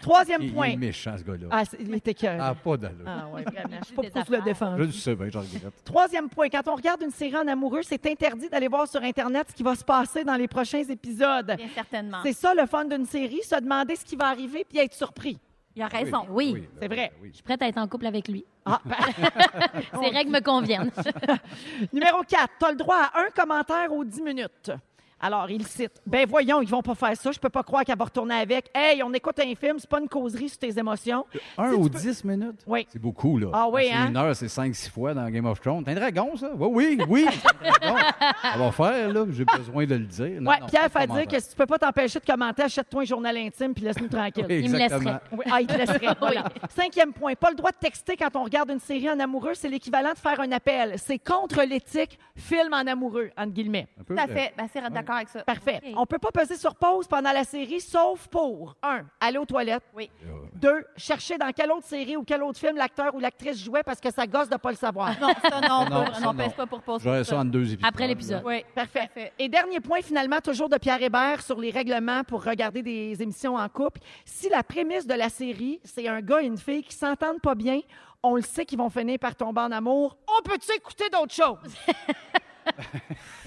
Troisième Il est point. méchant, ce gars-là. Ah, Ah, c'est- il était cœur. Ah pas d'allure. ouais, vraiment. Je sais Des pas pourquoi tu le affaires. défends. Je le sais bien, j'en regrette. Troisième point, quand on regarde une série en amoureux, c'est interdit d'aller voir sur Internet ce qui va se passer dans les prochains épisodes. Bien certainement. C'est ça le fun d'une série, se demander ce qui va arriver puis être surpris. Il a raison. Oui. ben C'est vrai. ben oui. Je suis prête à être en couple avec lui. Ah, ben, Ces règles me conviennent. numéro 4, tu as le droit à un commentaire aux 10 minutes. Alors, il cite Ben voyons, ils vont pas faire ça, je peux pas croire qu'elle va retourner avec. Hey, on écoute un film, c'est pas une causerie sur tes émotions. Si Un tu ou peux- dix minutes? Oui. C'est beaucoup, là. Ah oui, C'est hein? Une heure, c'est cinq, six fois dans Game of Thrones. T'es un dragon, ça? Oui, oui, oui. c'est un dragon. Ça va faire, là. J'ai besoin de le dire. Non, Ouais, non, Pierre pas fait de dire que si tu peux pas t'empêcher de commenter, achète-toi un journal intime puis laisse-nous tranquille. Oui, Il me laisserait. exactement. Oui, ah, il te laisserait. voilà. Cinquième point, pas le droit de texter quand on regarde une série en amoureux, c'est l'équivalent de faire un appel. C'est contre l'éthique film en amoureux, entre guillemets. Un peu, Tout à euh, fait. Ben, c'est d'accord avec ça. Parfait. Ok. On peut pas peser sur pause pendant la série, sauf pour un, aller aux toilettes. Oui. euh, Deux, chercher dans quelle autre série ou quel autre film l'acteur ou l'actrice jouait parce que ça gosse de pas le savoir. Non, ça, non, Non, pas- ça, non, pèse non. pas pour passer. J'aurais ça en deux épisodes. Après l'épisode. Oui, Parfait. parfait. Et dernier point, finalement, toujours de Pierre Hébert sur les règlements pour regarder des émissions en couple. Si la prémisse de la série, c'est un gars et une fille qui s'entendent pas bien, on le sait qu'ils vont finir par tomber en amour. On peut-tu écouter d'autres choses?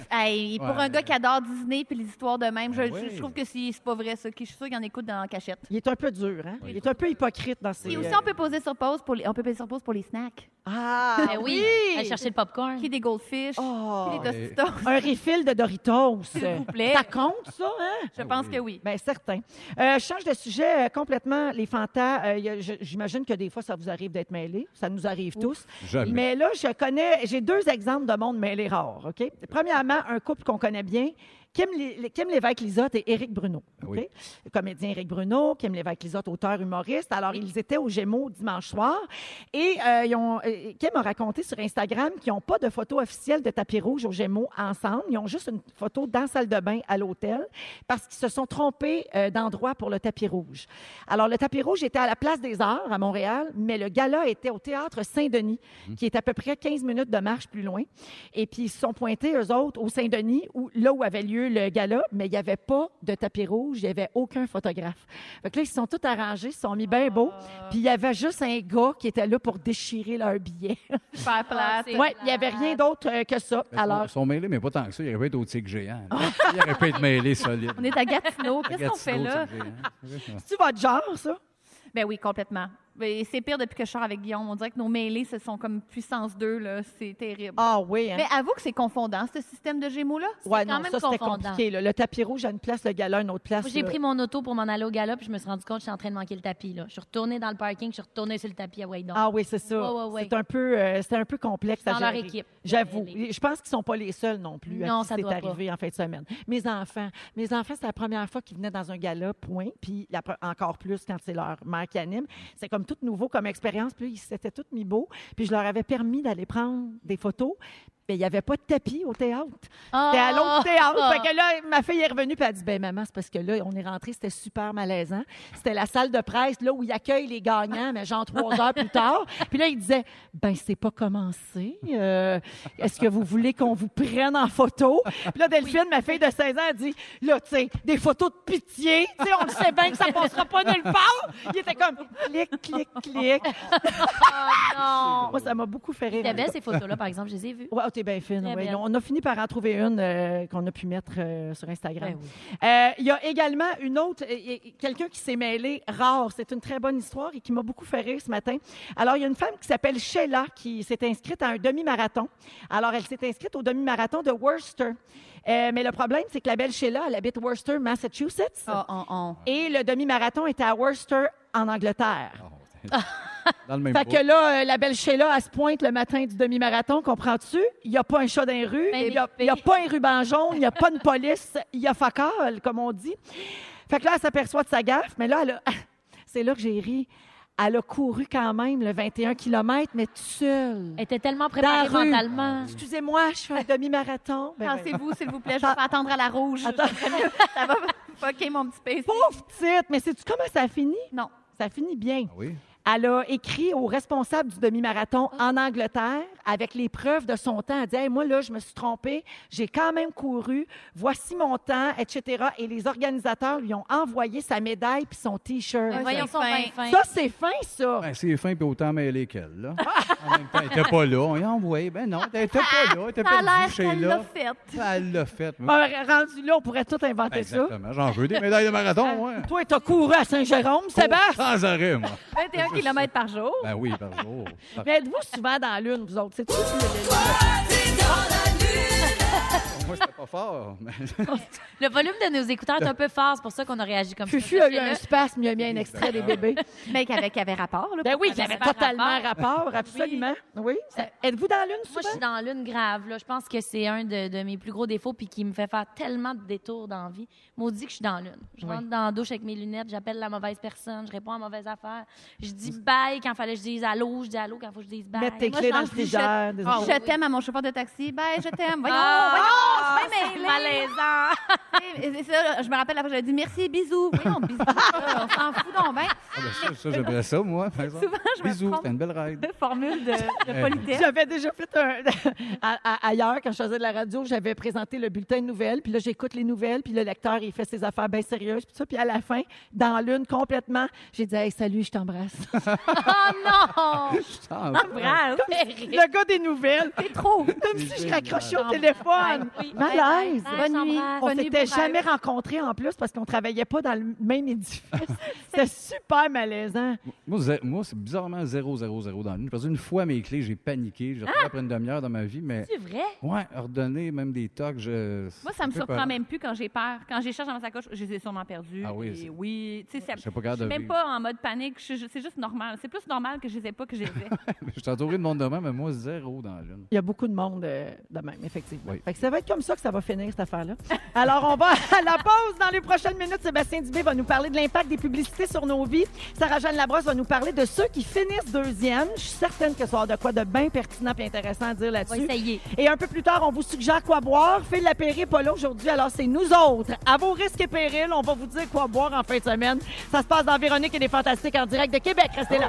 Hey, pour Ouais. un gars qui adore Disney puis les histoires de même, je, Ben je- oui. je trouve que c'est c'est pas vrai ça. qui- Je suis sûre qu'il y en écoute dans la cachette. Il est un peu dur, hein? Oui. Il est un peu hypocrite dans ses. Et aussi, euh, on peut poser sur pause pour les, on peut poser sur pause pour les snacks. Ah! Ben oui, allez chercher le popcorn. Qui est des goldfish, Oh! qui est Et- des tostitos. Un refill de Doritos. S'il vous plaît. Ça compte, ça, hein? Je pense que oui. Bien, certain. Euh, je change de sujet euh, complètement. Les fantas, euh, y a- je- j'imagine que des fois, ça vous arrive d'être mêlés. Ça nous arrive tous. Jamais. Mais là, je connais, j'ai deux exemples de monde mêlé rare, OK? Premièrement, un couple qu'on connaît bien, Kim, Lé- Kim Lévesque-Lisotte et Éric Bruno, OK? Ah Oui. Le comédien Éric Bruno, Kim Lévesque-Lisotte, auteur, humoriste. Alors, ils étaient au Gémeaux dimanche soir et euh, ils ont, euh, Kim a raconté sur Instagram qu'ils n'ont pas de photo officielle de tapis rouge aux Gémeaux ensemble. Ils ont juste une photo dans la salle de bain à l'hôtel parce qu'ils se sont trompés euh, d'endroit pour le tapis rouge. Alors, le tapis rouge était à la Place des Arts à Montréal, mais le gala était au Théâtre Saint-Denis, qui est à peu près 15 minutes de marche plus loin. Et puis, ils se sont pointés, eux autres, au Saint-Denis, où, là où avait lieu le gala, mais il n'y avait pas de tapis rouge, il n'y avait aucun photographe. Fait que là, ils se sont tous arrangés, ils se sont mis bien beaux, puis il y avait juste un gars qui était là pour déchirer leur billet. Super plate. c'est- ouais, il n'y avait rien d'autre euh, que ça. Alors, Ils sont mêlés, mais pas tant que ça. Ils auraient pu être au tigre géant. Ils auraient pu être mêlés solides. Ah. On est à Gatineau. Qu'est-ce qu'on fait Gatineau, là? tigre géant. c'est votre genre, ça? Ben oui, complètement. Mais c'est pire depuis que je sors avec Guillaume. On dirait que nos mêlées, ce sont comme puissance 2, là. C'est terrible. Ah oui, hein? Mais avoue que c'est confondant, ce système de Gémeaux-là. Ouais, quand non, même ça, c'était confondant. compliqué. là. Le tapis rouge à une place, le gala à une autre place. Moi, J'ai là. pris mon auto pour m'en aller au galop, puis je me suis rendu compte que je suis en train de manquer le tapis. Là. Je suis retournée dans le parking, je suis retournée sur le tapis à Waydon. Ah oui, c'est ça. Ouais, ouais, ouais. C'est un peu, euh, c'était un peu complexe à Dans leur gérer. équipe. J'avoue. Ouais, Je pense qu'ils sont pas les seuls non plus. Non, à qui ça c'est doit arrivé en fin de semaine. Mes enfants, mes enfants, c'est la première fois qu'ils venaient dans un gala, point. Puis la pre- encore plus quand c'est leur mère qui anime. C'est comme tout nouveau comme expérience. Puis là, ils s'étaient tous mis beaux. Puis je leur avais permis d'aller prendre des photos. Mais il n'y avait pas de tapis au théâtre. Ah, C'était Ah! à l'autre théâtre. Fait que là, ma fille est revenue puis elle a dit, ben maman, c'est parce que là, on est rentré, c'était super malaisant. C'était la salle de presse, là, où ils accueillent les gagnants, mais genre trois heures plus tard. Puis là, il disait, ben c'est pas commencé. Euh, Est-ce que vous voulez qu'on vous prenne en photo? Puis là, Delphine, ma fille de 16 ans, a dit, là, tu sais, des photos de pitié. Tu sais, on le sait bien que ça passera pas nulle part. Il était comme, clic, clic, clic. non! Moi, ça m'a beaucoup fait rire. C'était belle, ces photos-là, par exemple, je les ai vues. Ouais, oh, t'es bien fine. Très ouais. belle. On a fini par en trouver une euh, qu'on a pu mettre euh, sur Instagram. Ben oui. Euh, Il y a également une autre, euh, y- y- quelqu'un qui s'est mêlé rare. C'est une très bonne histoire et qui m'a beaucoup fait rire ce matin. Alors, il y a une femme qui s'appelle Sheila qui s'est inscrite à un demi-marathon. Alors, elle s'est inscrite au demi-marathon de Worcester. Euh, mais le problème, c'est que la belle Sheila, elle habite Worcester, Massachusetts. Oh. Ah, on, on. Et le demi-marathon était à Worcester, en Angleterre. Ah, Dans le même Fait bout. que là, euh, la belle Sheila, elle se pointe le matin du demi-marathon, comprends-tu? Il n'y a pas un chat dans les rues, Ben, il n'y a, il y a pas un ruban jaune, il n'y a pas une police, il y a facale, comme on dit. Fait que là, elle s'aperçoit de sa gaffe, mais là, elle a- c'est là que j'ai ri. Elle a couru quand même le 21 km, mais toute seule. Elle était tellement Dans préparée la rue. Oh, mentalement. Excusez-moi, je fais un demi-marathon. Ben, ben, Pensez-vous, s'il vous plaît, je vais pas attendre à la rouge. ça va fucker mon petit PC. Pauvre petite, mais sais-tu comment ça finit? Non. Ça finit bien. Ah oui? Elle a écrit au responsable du demi-marathon en Angleterre avec les preuves de son temps. Elle dit Hey, Moi, là, je me suis trompée, j'ai quand même couru, voici mon temps, etc. Et les organisateurs lui ont envoyé sa médaille puis son T-shirt. Ah, Voyons, c'est son fin. fin, fin. Ça, c'est fin, ça. Ben, c'est fin, puis autant mêlé qu'elle, là. En même temps, elle était pas là. On y a envoyé. Ben non, elle était pas là. Elle était Ça a perdue l'air chez qu'elle l'a là. fait. Ah, Elle l'a fait. moi. Ben, Un Ah, rendu là, on pourrait tout inventer ça. Exactement. J'en veux des médailles de marathon, ouais. Toi, t'as couru à Saint-Jérôme, Sébastien. Sans arrêt, moi. 21 km par jour. Ben oui, par jour. Par- Mais êtes-vous souvent dans l'une, vous autres? C'est tout. Moi, c'était pas fort. mais- Le volume de nos écouteurs est un peu fort, c'est pour ça qu'on a réagi comme Fufu ça. a eu un spasme, il a mis un extrait des bébés. Mais qu'avec avait rapport, là. Ben oui, Ça qui avait avait totalement rapport, absolument. Oui. Ça- Êtes-vous dans l'une Moi, souvent? je suis dans l'une grave. Là. Je pense que c'est un de, de mes plus gros défauts puis qui me fait faire tellement de détours dans la vie. Maudit que je suis dans l'une. Je rentre dans la douche avec mes lunettes, j'appelle la mauvaise personne, je réponds à la mauvaise affaire. Je dis bye quand fallait que je dise allô, je dis allô quand faut que je dise bye. Mettre tes Moi, clés je dans le pense que je- frigidaire. des- Je t'aime à mon chauffeur de taxi. Ben, je t'aime. Voyons, Ah, voyons. Ah, ben, mais c'est les- malaisant. Et- et ça, je me rappelle, la fois, j'avais dit merci, bisous. Oui, on, bisous. on s'en fout donc, ben. Ah, ben, ça, ça, j'aimerais ça, moi, par exemple. Souvent, je me Bisous, prends- c'était une belle ride. Formule de, de Eh. politesse. J'avais déjà fait un. à- à- ailleurs, quand je faisais de la radio, j'avais présenté le bulletin de nouvelles. Puis là, j'écoute les nouvelles. Puis le lecteur, il fait ses affaires bien sérieuses. Puis, tout ça, puis à la fin, dans l'une complètement, j'ai dit Hey, salut, je t'embrasse. Oh non! Ah, Bravo. le gars des nouvelles. C'est trop. Comme si je raccrochais au J'embrasse. téléphone. Oui. Malaise. Ouais, Bonne nuit. j'embrasse. On Bonne nuit, s'était bon jamais rêve. rencontrés en plus parce qu'on travaillait pas dans le même édifice. C'était super malaisant. Moi, zé- moi, c'est bizarrement 0, 0, 0 dans le nuit. Parce qu'une fois mes clés, j'ai paniqué. J'ai retrouvé après une demi-heure dans ma vie, mais C'est vrai? ouais, ordonner même des tocs, je. Moi, ça me fait surprend peur. même plus quand j'ai peur. Quand j'ai cherche dans ma sacoche, je les ai sûrement perdus. Ah oui, Et c'est- oui. Tu sais, ça- Je sais pas je capable suis de même vivre. pas en mode panique. Je- je- C'est juste normal. C'est plus normal que je les ai pas que je les ai. Je suis entouré de monde de même, mais moi, zéro dans la lune. Il y a beaucoup de monde euh, de même, effectivement. Oui. Fait que ça va être comme ça que ça va finir, cette affaire-là. Alors, on va à la pause. Dans les prochaines minutes, Sébastien Dubé va nous parler de l'impact des publicités sur nos vies. Sarah-Jeanne Labrosse va nous parler de ceux qui finissent deuxième. Je suis certaine que ça va avoir de quoi de bien pertinent et intéressant à dire On va là-dessus. essayer. Et un peu plus tard, on vous suggère quoi boire. Phil Lapéry n'est pas là aujourd'hui, alors c'est nous autres. À vos risques et périls, on va vous dire quoi boire en fin de semaine. Ça se passe dans Véronique et les Fantastiques en direct de Québec. Restez là.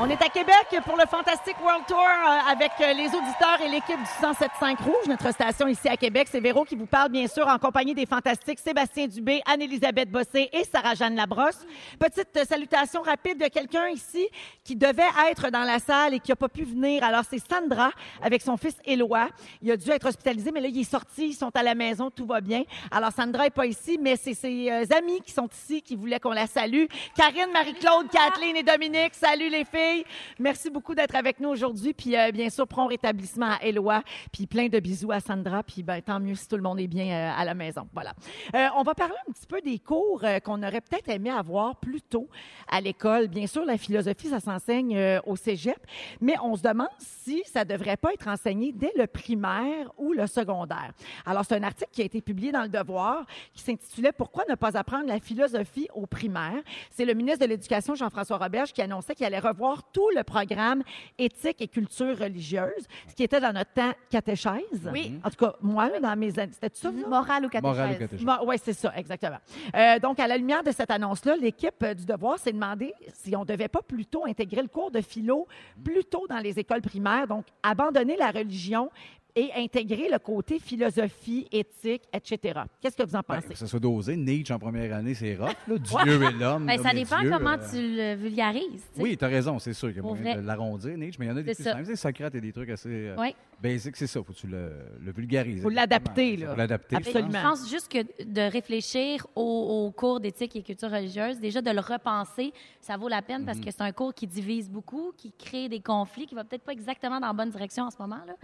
On est à Québec pour le Fantastic World Tour euh, avec euh, les auditeurs et l'équipe du 107.5 Rouge, notre station ici à Québec. C'est Véro qui vous parle, bien sûr, en compagnie des fantastiques Sébastien Dubé, Anne-Élisabeth Bossé et Sarah-Jeanne Labrosse. Petite euh, salutation rapide de quelqu'un ici qui devait être dans la salle et qui n'a pas pu venir. Alors, c'est Sandra avec son fils Éloi. Il a dû être hospitalisé, mais là, il est sorti. Ils sont à la maison, tout va bien. Alors, Sandra n'est pas ici, mais c'est ses euh, amis qui sont ici qui voulaient qu'on la salue. Karine, Marie-Claude, Kathleen et Dominique, salut les filles. Merci beaucoup d'être avec nous aujourd'hui. Puis, euh, bien sûr, prompt rétablissement à Éloi. Puis, plein de bisous à Sandra. Puis, ben, tant mieux si tout le monde est bien euh, à la maison. Voilà. Euh, on va parler un petit peu des cours euh, qu'on aurait peut-être aimé avoir plus tôt à l'école. Bien sûr, la philosophie, ça s'enseigne euh, au cégep, mais on se demande si ça devrait pas être enseigné dès le primaire ou le secondaire. Alors, c'est un article qui a été publié dans Le Devoir qui s'intitulait Pourquoi ne pas apprendre la philosophie au primaire? C'est le ministre de l'Éducation, Jean-François Roberge, qui annonçait qu'il allait revoir tout le programme éthique et culture religieuse, ce qui était dans notre temps catéchèse. Oui. Mm-hmm. En tout cas, moi, là, dans mes années, c'était ça, vous autres? Morale ou catéchèse. Morale ou catéchèse. Oui, c'est ça, exactement. Euh, donc, à la lumière de cette annonce-là, l'équipe euh, du Devoir s'est demandé si on ne devait pas plutôt intégrer le cours de philo plus tôt dans les écoles primaires, donc abandonner la religion et intégrer le côté philosophie, éthique, etc. Qu'est-ce que vous en Ben, pensez? que ça soit dosé. Nietzsche en première année, c'est rough. là. Dieu et l'homme. Ben, l'homme ça et dépend Dieu, comment euh, tu le vulgarises. tu sais. Oui, t'as raison, c'est sûr qu'il y a Pour moyen vrai. de l'arrondir, Nietzsche, mais il y en a des plus C'est ça. simples. C'est Socrate et des trucs assez euh, Oui. basiques, c'est ça. Faut que tu le, le vulgarises. Faut l'adapter, Faut là. l'adapter. hein. je pense. Absolument. Je pense juste que de réfléchir au, au cours d'éthique et culture religieuse, déjà de le repenser, ça vaut la peine parce que c'est un cours qui divise beaucoup, qui crée des conflits, qui va peut-être pas exactement dans la bonne direction en ce moment. là.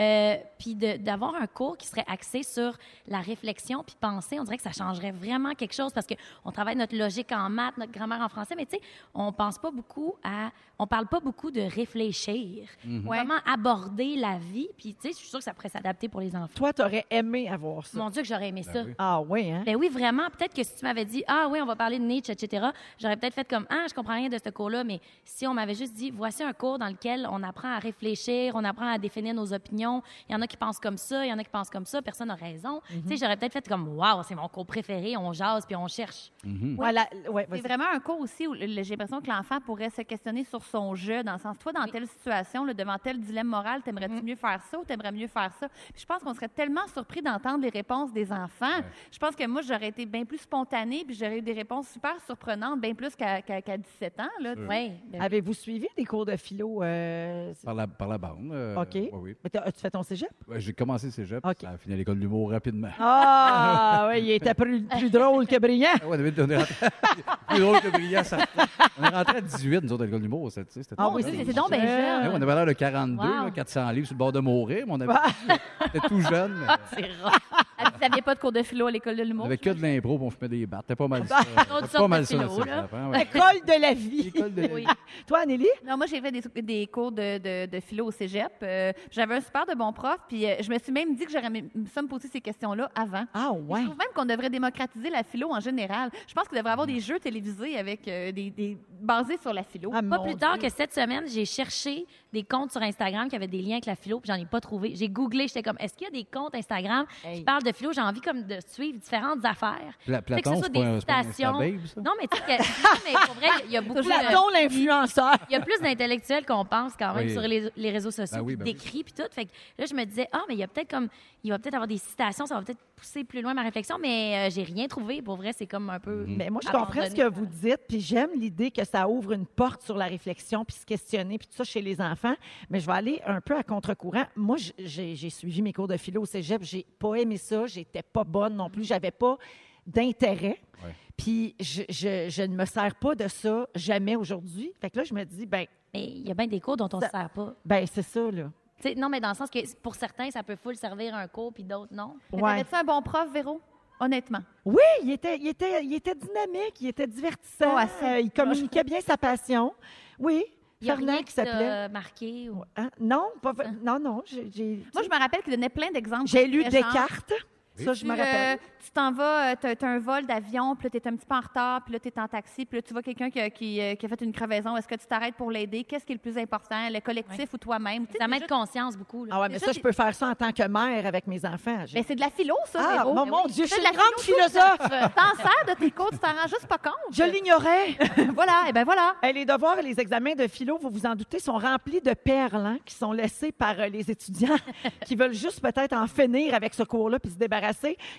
Euh, puis de- d'avoir un cours qui serait axé sur la réflexion puis penser, on dirait que ça changerait vraiment quelque chose parce qu'on travaille notre logique en maths, notre grammaire en français, mais tu sais, on pense pas beaucoup à... On parle pas beaucoup de réfléchir. Ouais. Comment aborder la vie, puis tu sais, je suis sûre que ça pourrait s'adapter pour les enfants. Toi, tu aurais aimé avoir ça. Mon Dieu, que j'aurais aimé ça. oui. Ah oui, hein? Ben oui, vraiment. Peut-être que si tu m'avais dit, ah oui, on va parler de Nietzsche, etc., j'aurais peut-être fait comme, ah, je comprends rien de ce cours-là, mais si on m'avait juste dit, voici un cours dans lequel on apprend à réfléchir, on apprend à définir nos opinions, il y en a qui pensent comme ça, il y en a qui pensent comme ça, personne n'a raison. Mhm. Tu sais, j'aurais peut-être fait comme, waouh, c'est mon cours préféré, on jase puis on cherche. Voilà. Ouais, vas-y. C'est vraiment un cours aussi où le- j'ai l'impression que l'enfant pourrait se questionner sur son jeu, dans le sens, toi, dans telle situation, là, devant tel dilemme moral, t'aimerais-tu mieux faire ça ou t'aimerais mieux faire ça? Puis je pense qu'on serait tellement surpris d'entendre les réponses des enfants. Je pense que moi, j'aurais été bien plus spontanée, puis j'aurais eu des réponses super surprenantes, bien plus qu'à qu'à- qu'à 17 ans. Là, Ouais, ben oui. Avez-vous suivi des cours de philo? euh, Par la, par la bande. euh, OK. ouais, oui. Mais t'as- As-tu fait ton cégep? Ouais, J'ai commencé le cégep, OK. ça a fini à l'école de l'humour rapidement. Ah, oui, il était plus, plus drôle que brillant. Ah ouais, David, on est rentré. plus drôle que brillant, ça. On est rentré à 18, nous autres, à l'école de l'humour. ça, tu sais, c'était Ah trop oui, drôle. c'est- C'est donc bien Euh, Ouais, jeune. on avait l'air de 42, Wow. là, 400 livres sur le bord de mourir, mais on avait- on était tout jeune. mais C'est rare. Ah, Vous n'aviez pas de cours de philo à l'école de On l'humour? avait que de l'impro, puis on fumait des battes. C'était pas mal ça. C'était sorte pas mal bah, de ça, philo, notre là. enfant, ouais. L'école de la vie. L'école de- Oui. Toi, Anélie? Non, moi, j'ai fait des, des cours de, de- de philo au cégep. Euh, J'avais un super de bon prof, puis euh, je me suis même dit que j'aurais aimé- me suis posé ces questions-là avant. Ah Je ouais. trouve même qu'on devrait démocratiser la philo en général. Je pense qu'il devrait y avoir des jeux télévisés avec euh, des, des- basé sur la philo. Ah, Pas mon plus tard Dieu. que cette semaine, j'ai cherché des comptes sur Instagram qui avaient des liens avec la philo, puis j'en ai pas trouvé. J'ai googlé, j'étais comme, est-ce qu'il y a des comptes Instagram Hey. qui parlent de philo? J'ai envie comme de suivre différentes affaires. Pla- Fait que ce Platon, soit c'est des pas un- c'est pas un citations. Insta-babe, ça? Non, mais tu sais que, mais pour vrai, il y a beaucoup de... Platon, l'influenceur. Il y a plus d'intellectuels qu'on pense quand même Oui. sur les, les réseaux sociaux, Ben oui, puis ben oui. d'écrits, puis tout. Fait que là, je me disais, ah, mais il y a peut-être comme, il va peut-être avoir des citations, ça va peut-être pousser plus loin ma réflexion, mais euh, j'ai rien trouvé. Pour vrai, c'est comme un Mm-hmm. euh, peu. Mais moi, je comprends ce abandonné. que vous dites, puis j'aime l'idée que ça ouvre une porte sur la réflexion, puis se questionner, puis tout ça chez les enfants. Mais je vais aller un peu à contre-courant. Moi, j- j'ai j'ai suivi mes cours de philo au cégep. J'ai pas aimé ça. J'étais pas bonne non plus. J'avais pas d'intérêt. Ouais. Puis je, je- je ne me sers pas de ça jamais aujourd'hui. Fait que là, je me dis, ben, Mais il y a bien des cours dont on ne se Ça- sert pas. ben c'est ça, là. Tu sais, non, mais dans le sens que pour certains, ça peut full servir un cours, puis d'autres, non. Mais Ouais. T'avais-tu un bon prof, Véro? Honnêtement. Oui, il était, il, était, il était dynamique, il était divertissant. Pas assez. Euh, il communiquait bien sa passion. Oui, Il y a rien Fernand qui qui s'appelait. t'a marqué. Ou... Hein? Non, pas, v- non, non. j'ai- j'ai- Moi, je me rappelle qu'il donnait plein d'exemples. J'ai lu Genre, Descartes. Ça, je tu, me euh, rappelle. tu t'en vas, euh, t'as t'as un vol d'avion, puis là, t'es un petit peu en retard, puis là, t'es en taxi, puis là, tu vois quelqu'un qui, a- qui, euh, qui a fait une crevaison. Est-ce que tu t'arrêtes pour l'aider? Qu'est-ce qui est le plus important, le collectif ou toi-même? Tu sais, Ça c'est m'aide juste- conscience beaucoup. là. Ah ouais, mais déjà, ça, je t'es- peux faire ça en tant que mère avec mes enfants. J'ai- Mais c'est de la philo, ça, ah, Véro. mon, Mais mon oui. Dieu, je C'est suis de la une grande philo, tout ça. philosophe. T'en sers de tes cours, tu t'en rends juste pas compte. Je l'ignorais. Voilà, et ben voilà. Eh, les devoirs et les examens de philo, vous vous en doutez, sont remplis de perles hein, qui sont laissées par euh, les étudiants qui veulent juste peut-être en finir avec ce cours-là puis se débarrasser.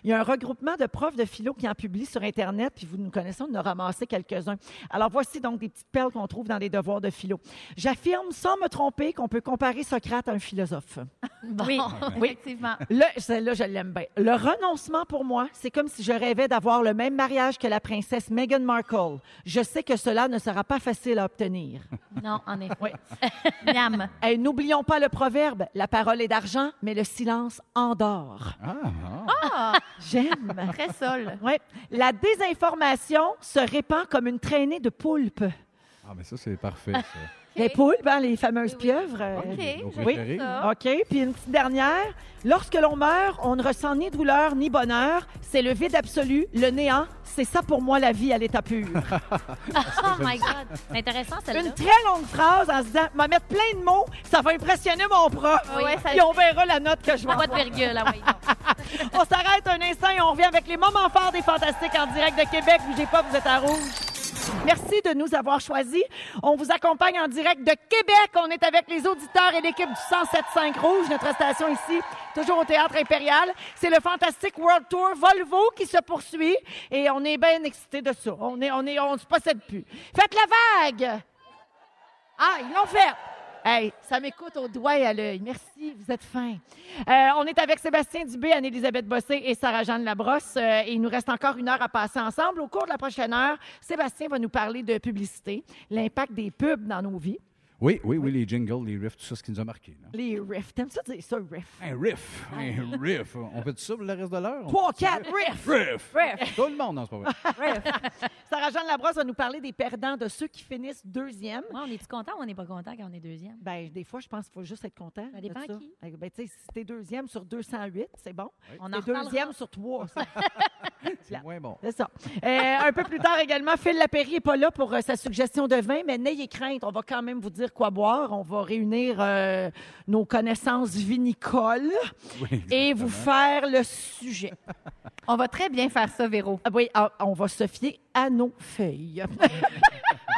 Il y a un regroupement de profs de philo qui en publient sur Internet, puis vous nous connaissez, on en a ramassé quelques-uns. Alors voici donc des petites perles qu'on trouve dans les devoirs de philo. J'affirme sans me tromper qu'on peut comparer Socrate à un philosophe. Bon. Oui, effectivement. Le, celle-là, je l'aime bien. Le renoncement pour moi, c'est comme si je rêvais d'avoir le même mariage que la princesse Meghan Markle. Je sais que cela ne sera pas facile à obtenir. Non, en effet. Oui. Miam. Et n'oublions pas le proverbe la parole est d'argent, mais le silence endort. Ah, ah. Ah, J'aime. très sol. Oui. La désinformation se répand comme une traînée de poulpes. Ah, mais ça, c'est parfait, ça. Les poulpes, hein, les fameuses Oui, oui. pieuvres. euh, OK. Nos j'aime préférés. ça. OK. Puis une petite dernière. Lorsque l'on meurt, on ne ressent ni douleur ni bonheur. C'est le vide absolu, le néant. C'est ça pour moi la vie à l'état pur. Oh my God. C'est intéressant, celle-là. Une très longue phrase en se disant, va mettre plein de mots, ça va impressionner mon prof. Ah ouais, ça- Puis on verra la note que je vais Pas de virgule, ah oui. non. On s'arrête un instant et on revient avec les moments forts des Fantastiques en direct de Québec. Bougez pas, vous êtes à rouge. Merci de nous avoir choisis. On vous accompagne en direct de Québec. On est avec les auditeurs et l'équipe du 107.5 Rouge, notre station ici, toujours au Théâtre Impérial. C'est le Fantastic World Tour Volvo qui se poursuit et on est bien excités de ça. On est, on est, on se possède plus. Faites la vague! Ah, ils l'ont fait! Hey, ça m'écoute au doigt et à l'œil. Merci, vous êtes fins. Euh, on est avec Sébastien Dubé, Anne-Élisabeth Bossé et Sarah-Jeanne Labrosse. Euh, et il nous reste encore une heure à passer ensemble. Au cours de la prochaine heure, Sébastien va nous parler de publicité, l'impact des pubs dans nos vies. Oui, oui, oui, les jingles, les riffs, tout ça, ce qui nous a marqué. là. Les riffs. T'aimes ça dire ça, riff? Un riff, un riff. On fait tout ça pour le reste de l'heure? On- Trois, quatre riffs! Riff! Riff. Tout le monde, non, c'est pas vrai. Sarah-Jeanne Labrosse va nous parler des perdants, de ceux qui finissent deuxième. Ouais, on est-tu content ou on n'est pas content quand on est deuxième? Ben, des fois, je pense qu'il faut juste être content. Ça dépend de à qui. Ben, tu sais, si t'es deuxième sur 208, c'est bon. On T'es en reparlera. deuxième sur trois, c'est C'est moins bon. C'est ça. Euh, un peu plus tard également, Phil Lapéry n'est pas là pour euh, sa suggestion de vin, mais n'ayez crainte, on va quand même vous dire quoi boire. On va réunir euh, nos connaissances vinicoles Oui, et vous faire le sujet. On va très bien faire ça, Véro. Ah oui, ah, on va se fier à nos feuilles.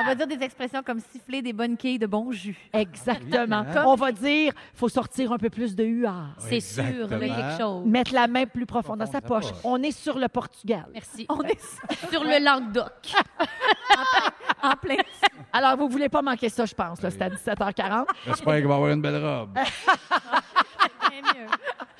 On va dire des expressions comme siffler des bonnes quilles de bon jus. Exactement. Ah oui, hein? On va dire, faut sortir un peu plus de huard. C'est sûr, là, exactement. quelque chose. Mettre la main plus profonde dans sa Profonde dans poche. sa poche. On est sur le Portugal. Merci. On est Sur le Languedoc. en plein. Alors, vous voulez pas manquer ça, je pense. là. Oui. C'est à 17h40. J'espère qu'il va avoir une belle robe.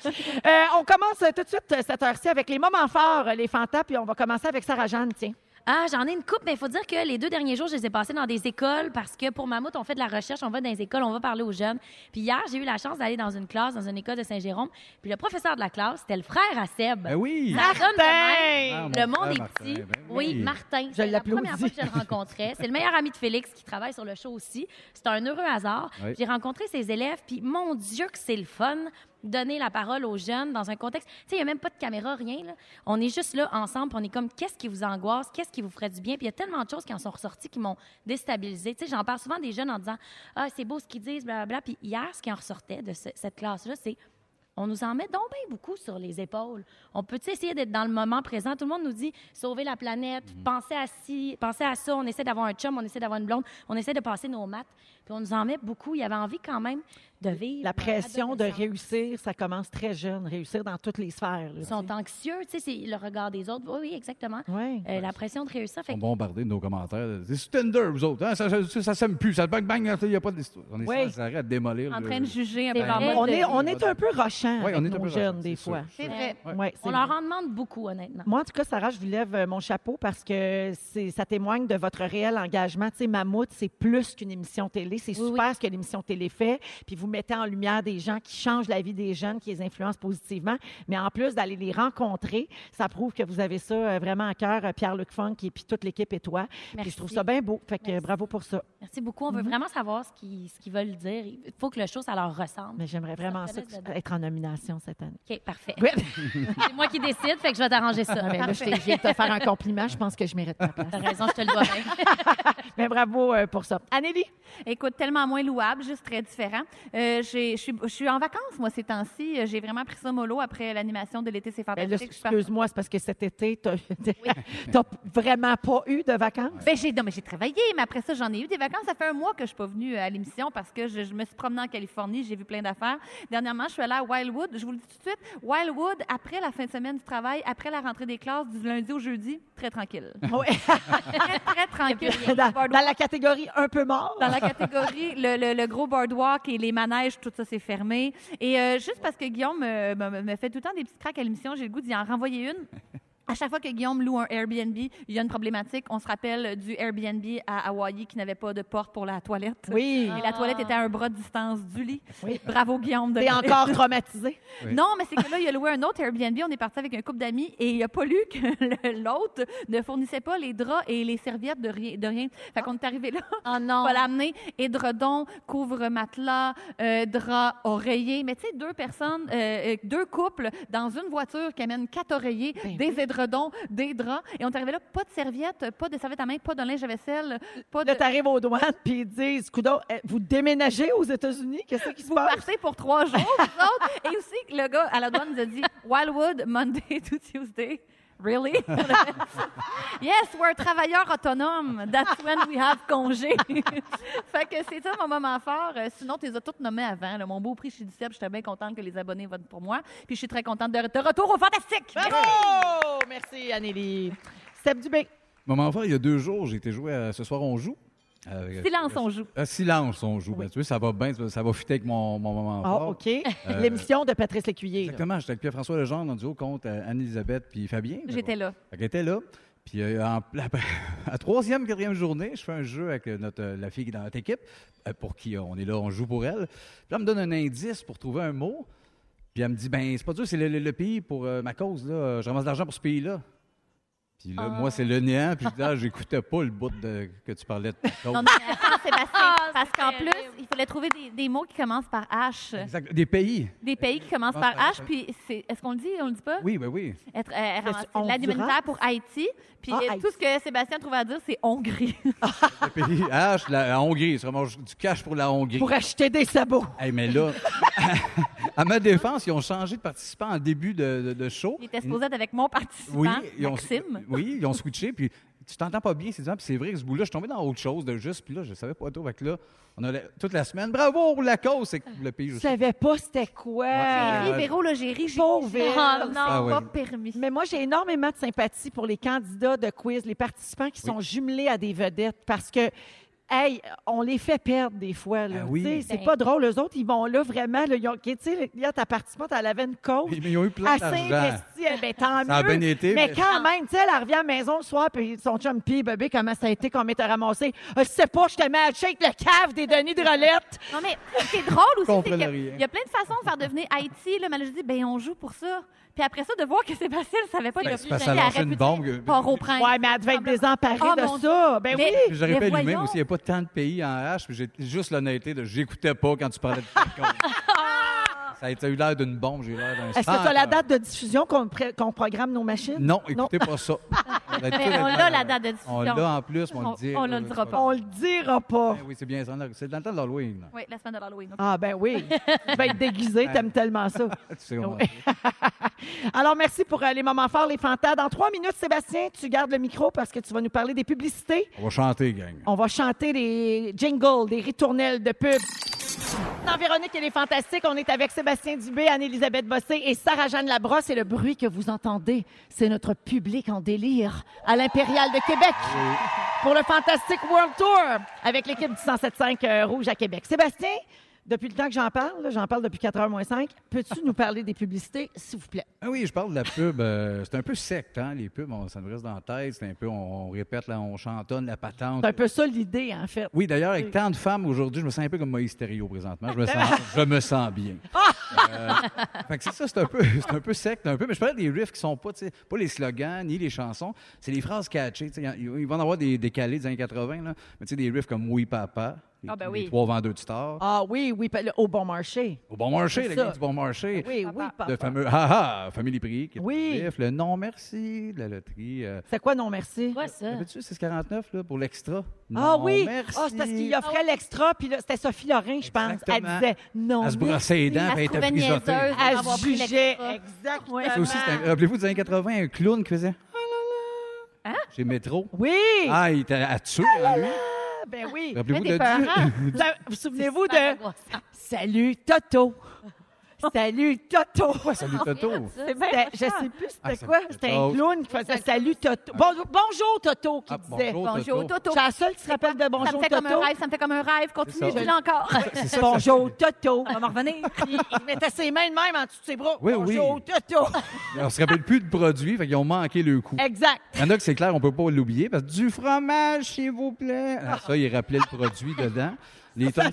Euh, on commence euh, tout de suite euh, cette heure-ci avec les moments forts, euh, les fantas, puis on va commencer avec Sarah-Jeanne, tiens. Ah, j'en ai une coupe, mais il faut dire que les deux derniers jours, je les ai passés dans des écoles parce que pour Mammouth, on fait de la recherche, on va dans les écoles, on va parler aux jeunes. Puis hier, j'ai eu la chance d'aller dans une classe, dans une école de Saint-Jérôme. Puis le professeur de la classe, c'était le frère à Seb. Ben oui! Ça sonne de même. Ah, mon Le monde frère est Martin, petit. ben oui. Martin. C'est la l'applaudis. première fois que je le rencontrais. C'est le meilleur ami de Félix qui travaille sur le show aussi. C'est un heureux hasard. Oui. J'ai rencontré ses élèves, puis mon Dieu que c'est le fun donner la parole aux jeunes dans un contexte. Tu sais, il n'y a même pas de caméra, rien. là. On est juste là ensemble, puis on est comme, qu'est-ce qui vous angoisse, qu'est-ce qui vous ferait du bien. Puis il y a tellement de choses qui en sont ressorties qui m'ont déstabilisée. Tu sais, j'en parle souvent des jeunes en disant, ah, c'est beau ce qu'ils disent, blablabla. Puis hier, ce qui en ressortait de ce- cette classe-là, c'est, on nous en met donc bien beaucoup sur les épaules. On peut tu sais, essayer d'être dans le moment présent. Tout le monde nous dit sauver la planète, penser à ci, penser à ça. On essaie d'avoir un chum, on essaie d'avoir une blonde, on essaie de passer nos maths. Puis on nous en met beaucoup. Il y avait envie quand même de vivre. La leur pression de adolescence. réussir, ça commence très jeune, réussir dans toutes les sphères. là, Ils tu sont sais. anxieux, tu sais, c'est le regard des autres. Oui, oui, exactement. Ouais. Euh, la pression de réussir. Fait sont que- bombardés de nos commentaires. C'est sur Tinder, vous autres. hein? Ça, ça, ça, ça s'aime plus. Ça bang, bang, il n'y a pas d'histoire. On est Oui. sans arrêt à démolir. En le- train de juger un peu C'est en vrai. mode On est, de- on est un peu rochant Oui, avec on est un nos peu jeunes rochant, des c'est fois. C'est vrai. Ouais. Ouais, c'est on leur en demande beaucoup, honnêtement. Moi, en tout cas, Sarah, je vous lève euh, mon chapeau parce que c'est- ça témoigne de votre réel engagement. Tu sais, Mammouth, c'est plus qu'une émission télé. C'est Oui, super ce que l'émission télé fait. Puis vous mettez en lumière des gens qui changent la vie des jeunes, qui les influencent positivement. Mais en plus d'aller les rencontrer, ça prouve que vous avez ça euh, vraiment à cœur, euh, Pierre-Luc Funk et puis toute l'équipe et toi. Puis je trouve Merci. ça bien beau. Fait que euh, Merci. bravo pour ça. Merci beaucoup. On veut vraiment savoir ce qu'ils ce qu'ils veulent dire. Il faut que le show, ça leur ressemble. Mais j'aimerais vraiment ça, que- reconnaît être en nomination cette année. OK, parfait. C'est moi qui décide, fait que je vais t'arranger ça. Ben là, je t'ai- je viens de te faire un compliment. Je pense que je mérite ma place. T'as raison, je te le dois bien. Mais bravo euh, pour ça. Anélie? Écoute, tellement moins louable, juste très différent. Euh, j'ai- je suis- je suis en vacances, moi, ces temps-ci. Euh, J'ai vraiment pris ça mollo après l'animation de l'été, c'est Ben là, fantastique. Je suis partie- excuse-moi, c'est parce que cet été, tu n'as vraiment pas eu de vacances. Ben, j'ai, non, mais j'ai travaillé, mais après ça, j'en ai eu des vacances. Ça fait un mois que je suis pas venue à l'émission parce que je, je me suis promenée en Californie, j'ai vu plein d'affaires. Dernièrement, je suis allée à Wildwood. Je vous le dis tout de suite, Wildwood, après la fin de semaine du travail, après la rentrée des classes, du lundi au jeudi, très tranquille. Ouais. Très, très tranquille. dans, dans la catégorie un peu mort. Dans la catégorie, le, le- le gros boardwalk et les manèges, tout ça, c'est fermé. Et euh, juste parce que Guillaume euh, me, me- me fait tout le temps des petits cracks à l'émission, j'ai le goût d'y en renvoyer une. À chaque fois que Guillaume loue un Airbnb, il y a une problématique. On se rappelle du Airbnb à Hawaï qui n'avait pas de porte pour la toilette. Oui. Et la toilette était à un bras de distance du lit. Oui. Bravo, Guillaume. de- T'es encore traumatisé. Oui. Non, mais c'est que là, il a loué un autre Airbnb. On est parti avec un couple d'amis et il a pas lu que le- l'autre ne fournissait pas les draps et les serviettes de rien. De rien. Fait Ah. qu'on est arrivé là. Oh non. Pas l'amener. Édredon, couvre-matelas, euh, drap, oreiller. Mais tu sais, deux personnes, euh, euh, deux couples dans une voiture qui amènent quatre oreillers, Ben des édredons, des draps. Et on est arrivé là, pas de serviette, pas de serviette à main, pas de linge à vaisselle, pas de. Là, t'arrives aux douanes, puis ils disent, Coudon, eh, vous déménagez aux États-Unis? Qu'est-ce qui se Vous passe? partez pour trois jours, vous autres. Et aussi, le gars à la douane nous a dit Wildwood, Monday to Tuesday. Really? yes, we're a travailleur autonome. That's when we have congé. fait que c'est ça mon moment fort. Euh, Sinon, tu les as toutes nommées avant. là. Mon beau prix chez Duceppe, j'étais bien contente que les abonnés votent pour moi. Puis je suis très contente de re- de retour au Fantastique. Bravo! Oh! Merci, Anélie. Step Dubé. Moment fort, il y a deux jours, j'ai été joué à Ce soir, on joue. Avec- Silence, on joue. Ah, silence, on joue. Ben, tu vois, ça va bien, ça va fitter avec mon, mon moment Ah, fort. OK. L'émission de Patrice Lécuyer. là. Euh, Exactement, j'étais avec Pierre-François Lejeune en duo contre euh, Anne-Elisabeth puis Fabien. J'étais là. Fait qu'elle était là. Puis euh, en, la, à troisième, quatrième journée, je fais un jeu avec euh, notre, euh, la fille qui est dans notre équipe, euh, pour qui euh, on est là, on joue pour elle. Puis là, elle me donne un indice pour trouver un mot. Puis elle me dit, ben c'est pas dur, c'est le, le- le pays pour euh, ma cause, là. Je ramasse de l'argent pour ce pays-là. Puis là, moi, c'est le néant. Puis je dis, ah, j'écoutais pas le bout de- que tu parlais de ta cause. Non, non, mais attends, Sébastien, Ah, parce c'est qu'en plus, terrible. il fallait trouver des, des mots qui commencent par H. Exact. Des pays. Des pays qui commencent par H, puis c'est- est-ce qu'on le dit? On le dit pas? Oui, ben oui. Être, euh, ramasser de Honduras? l'aide humanitaire pour Haïti. Puis Ah, euh, Haïti. tout ce que Sébastien trouve à dire, c'est Hongrie. Le pays H, la, la Hongrie. Ça mange du cash pour la Hongrie. Pour acheter des sabots. Hey, mais là, à ma défense, ils ont changé de participant en début de, de- de show. Il était supposé être avec mon participant, ils ont, Maxime. oui, ils ont switché. Puis tu t'entends pas bien, c'est disant. Puis c'est vrai que ce bout-là, je suis tombé dans autre chose de juste. Puis là, je savais pas trop. Fait que là, on allait toute la semaine. Bravo pour la cause, c'est que le pays. Je Juste... savais pas c'était quoi. Ouais. J'ai ri, Véro, là, j'ai ri. J'ai Pauvre j'ai- Véro. Euh, Ah, non, Ah ouais. pas permis. Mais moi, j'ai énormément de sympathie pour les candidats de quiz, les participants qui sont jumelés à des vedettes parce que. Hey, on les fait perdre des fois. là. Ah oui. Tu sais, C'est Ben. pas drôle. Les autres, ils vont là vraiment. Là, ils ont, tu sais, là, ta participante, elle avait une cause. Mais ils ont eu plein assez d'argent. investie. Eh Ben, tant Ça a mieux. bien été, mais mais- quand même, tu sais, elle revient à la maison le soir, puis son chum, puis bébé, comment ça a été, combien t'as ramassé? Ah, je sais pas, je te mets à shake le cave des Denis de Rolette. Non, mais c'est drôle aussi. c'est Comprenez que rien. Il y a plein de façons de faire devenir Haïti. Là, mais là, je dis, ben, on joue pour ça. Puis après ça, de voir que Sébastien ne savait pas. Ben, il a c'est plus parce jamais qu'elle a lancé arrêté une de bombe. dire Port-au-Prince. Ouais, mais elle devait être désemparée Ah, de mon ça. Ben Mais- oui. Puis J'aurais Mais pas allumé, voyons. moi, s'il n'y a pas tant de pays en H, puis j'ai juste l'honnêteté de j'écoutais pas quand tu parlais de ta cause. Ça a ça a eu l'air d'une bombe, j'ai eu l'air d'un Est-ce que Ah, tu as la date de diffusion qu'on pré- qu'on programme nos machines? Non, écoutez pas ça. On a tout Mais on là-dedans. l'a, la date de diffusion. On l'a en plus, mais on, On- le dit. on le dira pas. On le dira pas. Ben oui, c'est bien ça. C'est dans le temps de l'Halloween. là. Oui, la semaine de l'Halloween. Ah ben oui, tu vas être déguisé, t'aimes tellement ça. Tu sais comment Oui. c'est. Alors merci pour euh, les moments forts, les fantas. Dans trois minutes, Sébastien, tu gardes le micro parce que tu vas nous parler des publicités. On va chanter, gang. On va chanter des jingles, des ritournelles de pub. Dans Véronique, elle est fantastique. On est avec Sébastien Dubé, Anne-Élisabeth Bossé et Sarah-Jeanne Labrosse. Et le bruit que vous entendez, c'est notre public en délire à l'Impérial de Québec pour le Fantastic World Tour avec l'équipe du 107.5 euh, Rouge à Québec. Sébastien, depuis le temps que j'en parle, là, j'en parle depuis 4h moins 5, peux-tu nous parler des publicités, s'il vous plaît? Ah oui, je parle de la pub. euh, c'est un peu secte, hein, les pubs. On, ça nous reste dans la tête. C'est un peu, on, on répète, là, on chantonne la patente. C'est un peu ça l'idée, en fait. Oui, d'ailleurs, avec tant de femmes aujourd'hui, je me sens un peu comme Moïse Thériault présentement. Je me sens, je me sens bien. Ah! Euh, fait que c'est ça, c'est un peu, c'est un peu sec, un peu. Mais je parlais des riffs qui sont pas, tu sais, pas les slogans ni les chansons. C'est les phrases catchées. tu sais. Il y en- il va en avoir des décalés des années 80, là. Mais tu sais, des riffs comme Oui, papa. Les, Ah, ben les oui. trois vendeurs du star. Ah oui, oui, pa- le- au bon marché. Au bon marché, c'est le ça. Ah gars du bon marché. Oui, oui, papa. Le fameux Ha ha, Family Prix. qui est Oui. un riff, Le non merci de la loterie. euh, C'est quoi, non merci? Quoi, ça? T'avais-tu 649 là, pour l'extra? Ah Non, oui, merci. Ah, c'est parce qu'il offrait l'extra, puis là, c'était Sophie Lorrain, je pense. Elle Exactement. disait non. Elle se brossait les dents, Elle puis elle se était trouvait frisotée. niaiseuse. Elle Avoir pris jugeait. l'extra. Exactement. Ouais. Ça aussi, c'était- Rappelez-vous des années 80, un clown qui faisait. Ah là là. Chez Métro. Hein? Oui, Ah, il était à tuer, à lui. ben oui. Rappelez-vous Mais de t'es peurant. Dieu. Vous, avez- vous souvenez-vous Super de angoissant. Salut Toto. Salut Toto. Salut Toto. C'était- C'est bien pas Je cher. sais plus Ah, c'était ça quoi. me fait C'était un chose. clown qui faisait Salut Toto. Bon- bonjour Toto qui Ah, disait. bonjour, Bonjour, Toto. Je Toto. suis la seule qui se rappelle de Ça me Bonjour fait comme un Toto. rêve, ça me fait comme un rêve. ça. Continue, je l'ai encore. Bonjour Toto. On va m'en revenir. Il il mettait ses mains de même en dessous de ses bras. Oui, oui. bonjour Toto. On se rappelle plus de produits, fait qu'ils ont manqué le coup. Exact. Il y en a que c'est clair, on peut pas l'oublier, parce que du fromage, s'il vous plaît. Ah, ça, il rappelait le produit dedans. Les tonnes...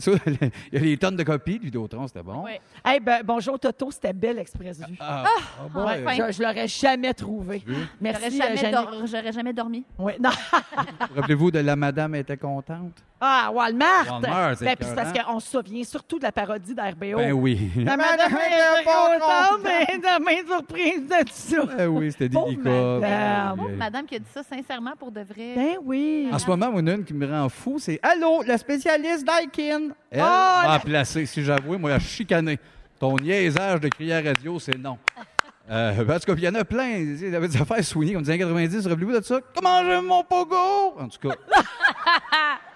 ça, il y a les tonnes de copies du Dautron, c'était bon. Ouais. Eh ben, bonjour Toto, c'était belle Express Vue. Ah, ah, bon, Ouais, euh, je, je l'aurais jamais trouvé. J'aurais Merci, euh, jamais, Jannick. dor- j'aurais jamais dormi. Ouais, non. Rappelez-vous de la madame était contente. Ah, Walmart. Walmart, c'est Ben, puis c'est parce écœurant. qu'on se souvient surtout de la parodie d'RBO. Ben oui. La madame est contente, mais de main surprise de tout ça. Ben oui, c'était Pauvre délicat. madame. Oui, oui. Madame qui a dit ça sincèrement pour de vrai. Ben oui. En ce moment, il y en a une qui me rend fou, c'est Allô, la spécialiste Daikin. Elle Ah, m'a la- placé, si j'avoue, moi, à chicaner. Ton niaisage de crier à la radio, c'est non. Euh, ben, en tout cas, puis il y en a plein. Il y avait des affaires soignées, comme disait en 90. Rappelez-vous de ça. Comment j'aime mon pogo? En tout cas.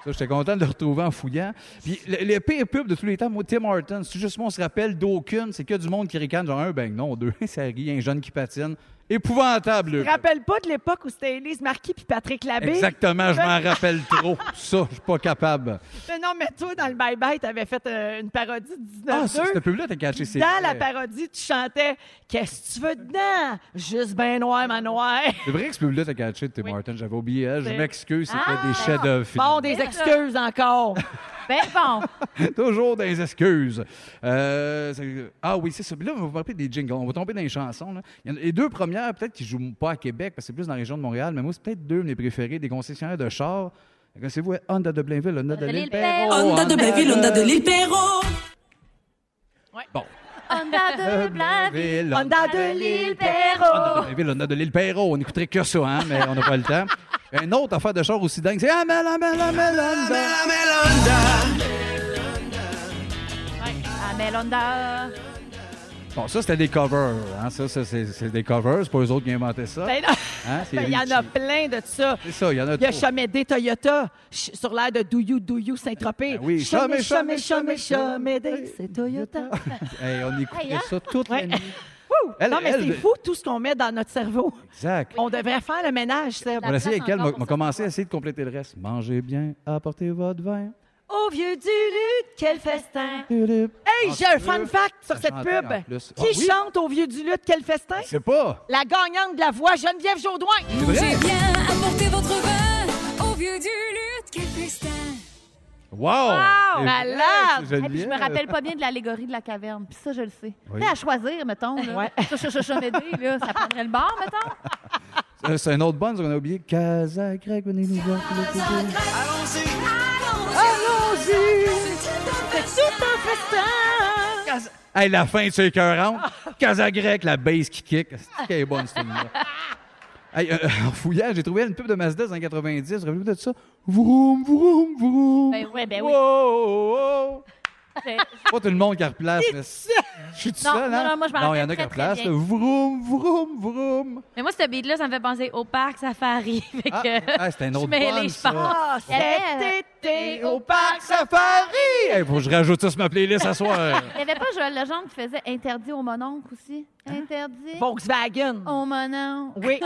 Ça, j'étais content de le retrouver en fouillant. Puis le, le pire pub de tous les temps, moi, Tim Hortons, si justement on se rappelle d'aucune, c'est que du monde qui ricane, genre un, ben non, deux, ça rit, un jeune qui patine. Épouvantable. le Je me rappelle pas de l'époque où c'était Élise Marquis puis Patrick Labbé. Exactement, ben, je m'en rappelle trop. Ça, je suis pas capable. Mais non, mais toi, dans le Bye Bye, t'avais fait euh, une parodie de 19 Ah, ça, cette pub-là, t'as caché ses Dans la parodie, tu chantais Qu'est-ce que tu veux dedans? Juste ben noir, ma noire. C'est vrai que cette pub-là, t'as caché Tim Martin. J'avais oublié. hein. Je C'est- m'excuse, c'était Ah! des chefs-d'œuvre. Bon, finalement. des excuses encore. Ben bon. Toujours des excuses. Euh, c'est- ah oui, c'est ça. Puis Là, on va vous rappeler des jingles. On va tomber dans les chansons. là. Il y en a- les deux premières, peut-être qu'ils jouent pas à Québec, parce que c'est plus dans la région de Montréal, mais moi, c'est peut-être deux de mes préférés, des concessionnaires de chars. Connaissez-vous Honda de Blainville, Honda de de l'île l'Île Oh, Perrot, hein. Honda de Blainville, Honda de l'île Perrault. Bon. Euh, Honda de Blainville. Honda de Lille l'île Ah, Perrault. non, la ville, on a de l'île Perrault. On n'écouterait que ça, hein, mais on n'a pas le temps. Une autre affaire de char aussi dingue, c'est Amel, Amel, Amel, Amel. ben. Ah, mais Honda. Bon, ça, c'était des covers. Hein. Ça, ça, c'est c'est des covers. C'est pas eux autres qui inventaient ça. Ben non. Hein, c'est Oh. Il y en a plein de ça. C'est ça, il y en a Il y a trop. Chamédé Toyota ch- sur l'air de Douyou Douyou Saint-Tropez. Ben oui, Chamé, Chamé, Chamé, Chamé, Chamé, Chamédé, Chamé. c'est Toyota. Hey, on écoutait Hey, hein? ça toute Ouais. la nuit. Wouh! Elle- non, mais elle- c'est fou tout ce qu'on met dans notre cerveau. Exact. On devrait faire le ménage, Seb. On a essayé avec elle, encore on pour a ça, commencé à ouais. essayer de compléter le reste. Mangez bien, apportez votre vin. Au vieux du lutte, quel festin. Hey, Hey, j'ai un fun fact sur cette pub. Ah Qui chante au vieux du lutte, quel festin? Je sais pas. La gagnante de la voix, Geneviève Jaudoin. C'est vrai? Mangez bien, apportez votre vin au vieux du lutte, quel festin. Wow! malade. Ah, Je hein. Hey, puis je me rappelle pas bien de l'allégorie de la caverne. Puis ça, je le sais. Oui. Mais à choisir, mettons. Là. Ouais. Ça, ça, ça, ça, m'aider, là. ça prendrait le bar, mettons. Euh, C'est un autre bonne, on a oublié. Casa Greg, venez nous voir. pour le plaisir. Allons-y. C'est tout un festin. Hey, la fin, c'est écœurante. Casa grecque, la base qui kick. C'est qu'elle est bonne, cette là Hey, euh, en fouillant, j'ai trouvé une pub de Mazda dans 90. Rappelez-vous de ça. Vroom, vroom, vroom. Ben ouais, ben oui. Ben, Wow, wow, wow. C'est- Pas tout le monde qui replace. mais- Je suis tout Non, seul, non, hein? non, moi, je m'en il y en a rappelle qui très, très replacent. bien. là. Vroom, vroom, vroom. Mais moi, ce beat-là, ça me fait penser au parc Safari. fait Ah, que- ah, c'était un je autre mêlais, bonne, je ça. pense. Il y avait, Ah, Cet été, au parc safari! Hey, Eh, faut que je rajoute ça sur ma playlist ce soir. il y avait pas Joël Legendre qui faisait interdit au mononcle aussi? Hein? Interdit Volkswagen. au mononcle. Oui.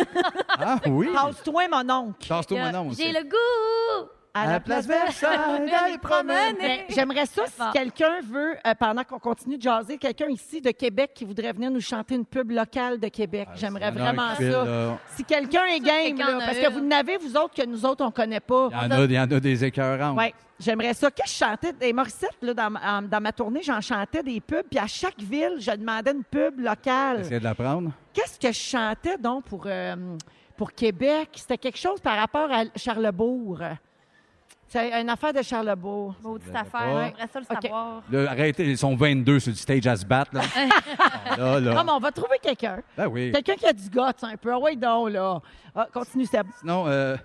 Ah oui? Passe-toi, mon oncle. Change-toi mon nom aussi. J'ai le goût! À la place Versailles, d'aller promener. J'aimerais ça si Bon. quelqu'un veut, euh, pendant qu'on continue de jaser, quelqu'un ici de Québec qui voudrait venir nous chanter une pub locale de Ah, Québec. J'aimerais vraiment ça. Si quelqu'un est game, quelqu'un là, en a parce que une. vous n'avez, vous autres, que nous autres, on connaît pas. Il y en a, il y en a des écœurants. Oui, j'aimerais ça. Qu'est-ce que je chantais? Des Morissettes, là, dans, ma- dans ma tournée, j'en chantais des pubs. Puis à chaque ville, je demandais une pub locale. Essayez de la prendre. Qu'est-ce que je chantais, donc, pour, euh, pour Québec? C'était quelque chose par rapport à Charlebourg. C'est une affaire de Charlebourg. Maudite l'avais affaire, pas. j'aimerais ça le Ok. savoir. Là, arrêtez, ils sont 22 sur le stage à se battre. Là, là. là. Ah, mais on va trouver quelqu'un. Ben oui. Quelqu'un qui a du goût, un peu. Ah, ouais, donc, là. Ah, continue, Seb. Sinon, euh,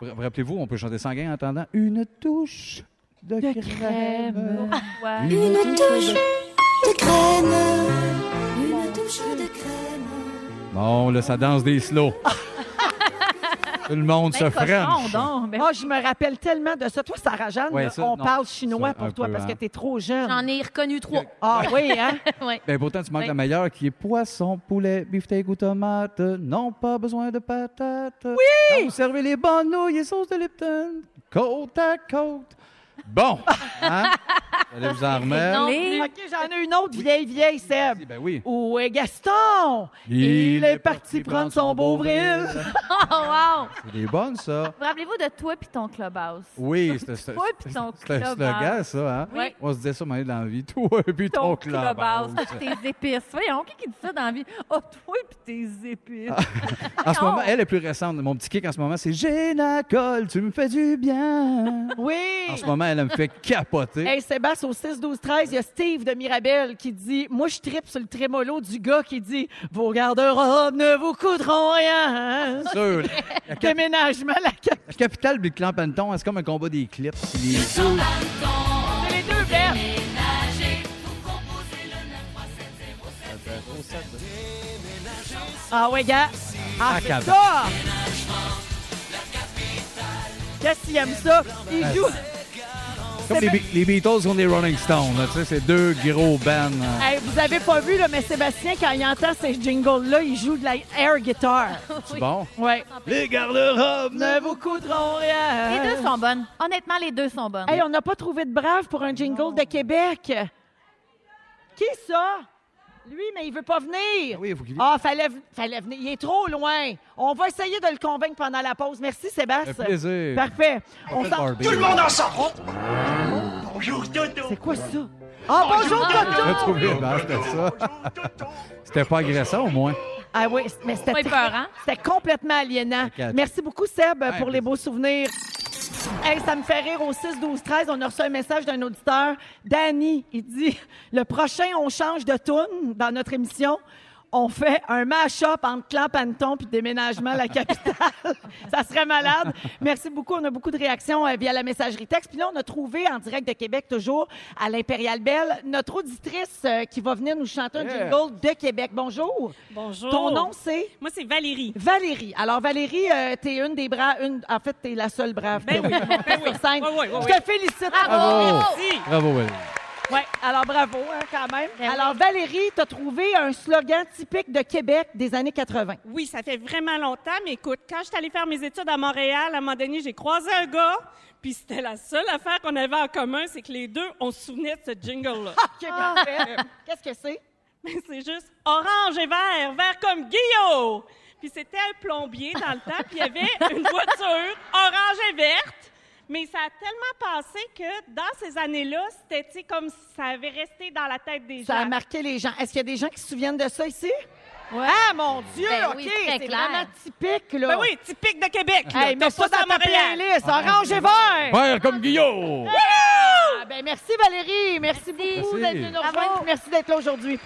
vous vous rappelez-vous, on peut chanter sanguin en attendant une touche de, crème. Ouais. Une, touche. De crème, une touche de crème. Bon, là, ça danse des slows. Tout le monde se Ben, cochon, french. donc. Ben, Moi, Ah, je me rappelle tellement de ça. Toi, Sarah Jeanne, Ouais, là, ça, on non. parle chinois Ça, pour un toi peu, parce que hein. t'es trop jeune. J'en ai reconnu trois. Ah oui, hein? Ouais. Ben pourtant, tu manques Oui. la meilleure qui est poisson, poulet, beefsteak ou tomate. Non, pas besoin de patates. Oui! Vous servez les bonnes nouilles et sauces de Lipton, côte à côte. Bon! Hein? Vous allez vous en remettre. Non. OK, j'en ai une autre vieille, vieille, Seb. Si, Ben oui. Où est Gaston? Il, est parti prendre son beau vril. Oh, wow! C'est des bonnes, ça. Vous rappelez-vous de toi puis ton clubhouse? Oui, c'est c'est- Toi puis ton c'est un slogan, clubhouse. ça. Hein? Oui. On se disait ça, mais dans la vie. Toi puis ton, Ton clubhouse. clubhouse, puis tes épices. Voyons, qui qui dit ça dans la vie? Oh, toi puis tes épices. En ce Non. moment, elle est plus récente. Mon petit kick en ce moment, c'est Génacol, tu me fais du bien. Oui. En ce moment, elle me fait capoter. Hey, Sébastien, au 6, 12, 13, il y a Steve de Mirabel qui dit Moi, je tripe sur le trémolo du gars qui dit Vos garde-robes ne vous coûteront rien. Sûr. Déménagement, la cap- La capitale du clan Panton, c'est comme un combat des clips. Les- C'est les deux belles. Ah ouais, gars. Ah, Ah, c'est cabane. ça. Qu'est-ce qu'il aime ça? Il Ah, joue. Comme les, Be- les Beatles contre les Rolling Stones. là, Tu sais, c'est deux gros bands. hein. Hey, vous avez pas vu, là, mais Sébastien, quand il entend ces jingles-là, il joue de la air guitar. C'est bon? Ouais. Les garde-robes! Ne vous coûteront Ah. Les rien. deux sont bonnes. Honnêtement, les deux sont bonnes. Hey, on n'a pas trouvé de brave pour un jingle de Québec. Qui ça? Lui, mais il veut pas venir. Oui, il faut qu'il vienne. Ah, fallait, v- fallait venir. Il est trop loin. On va essayer de le convaincre pendant la pause. Merci, Sébastien. Un plaisir. Parfait. On Faites s'en- Barbie. C'est quoi ça? Ah, bonjour, J'ai Toto! trouvé une base de ça. C'était pas agressant, au moins. Ah oui, mais c'était Pas très- épeurant. Hein? C'était complètement aliénant. Quatre. Merci beaucoup, Seb, pour les plaisir. beaux souvenirs. Hey, ça me fait rire au 6, 12, 13. On a reçu un message d'un auditeur, Danny. Il dit Le prochain, on change de tune dans notre émission. On fait un mash-up entre Clan Panton puis déménagement à la capitale. ça serait malade. Merci beaucoup. On a beaucoup de réactions euh, via la messagerie texte. Puis là, on a trouvé en direct de Québec, toujours à l'Impérial Belle, notre auditrice euh, qui va venir nous chanter un Yeah. jingle de Québec. Bonjour. Bonjour. Ton nom, c'est Moi, c'est Valérie. Valérie. Alors, Valérie, euh, t'es une des braves. Une... En fait, t'es la seule brave. Ben que- oui, ben oui. sur scène. Oui, oui, Ah, oui, Je te félicite. Oh. Bravo! Merci. Bravo, Valérie. Ouais. Alors, bravo, hein, quand même. Ben oui. Alors, Valérie, t'as trouvé un slogan typique de Québec des années 80. Oui, ça fait vraiment longtemps, mais écoute, quand je suis allée faire mes études à Montréal, à un moment donné, j'ai croisé un gars, puis c'était la seule affaire qu'on avait en commun, c'est que les deux, on se souvenait de ce jingle-là. OK, Ah. parfait. Qu'est-ce que c'est? Mais c'est juste orange et vert, vert comme Guillaume. Puis c'était un plombier dans le temps, puis il y avait une voiture orange et verte. Mais ça a tellement passé que dans ces années-là, c'était tu sais, comme si ça avait resté dans la tête des Ça a gens. marqué les gens. Est-ce qu'il y a des gens qui se souviennent de ça ici? Ah, mon Dieu! Ben OK, oui, très c'est clair. vraiment typique, là. Ben oui, typique de Québec. là. Hey, T'as mets ça pas dans à ta Montréal. playlist. Orange et vert! Vert comme Guillaume! Ah, ben Ben, merci Valérie, merci, beaucoup Merci. d'être venue nous Bravo. rejoindre. Merci d'être là aujourd'hui.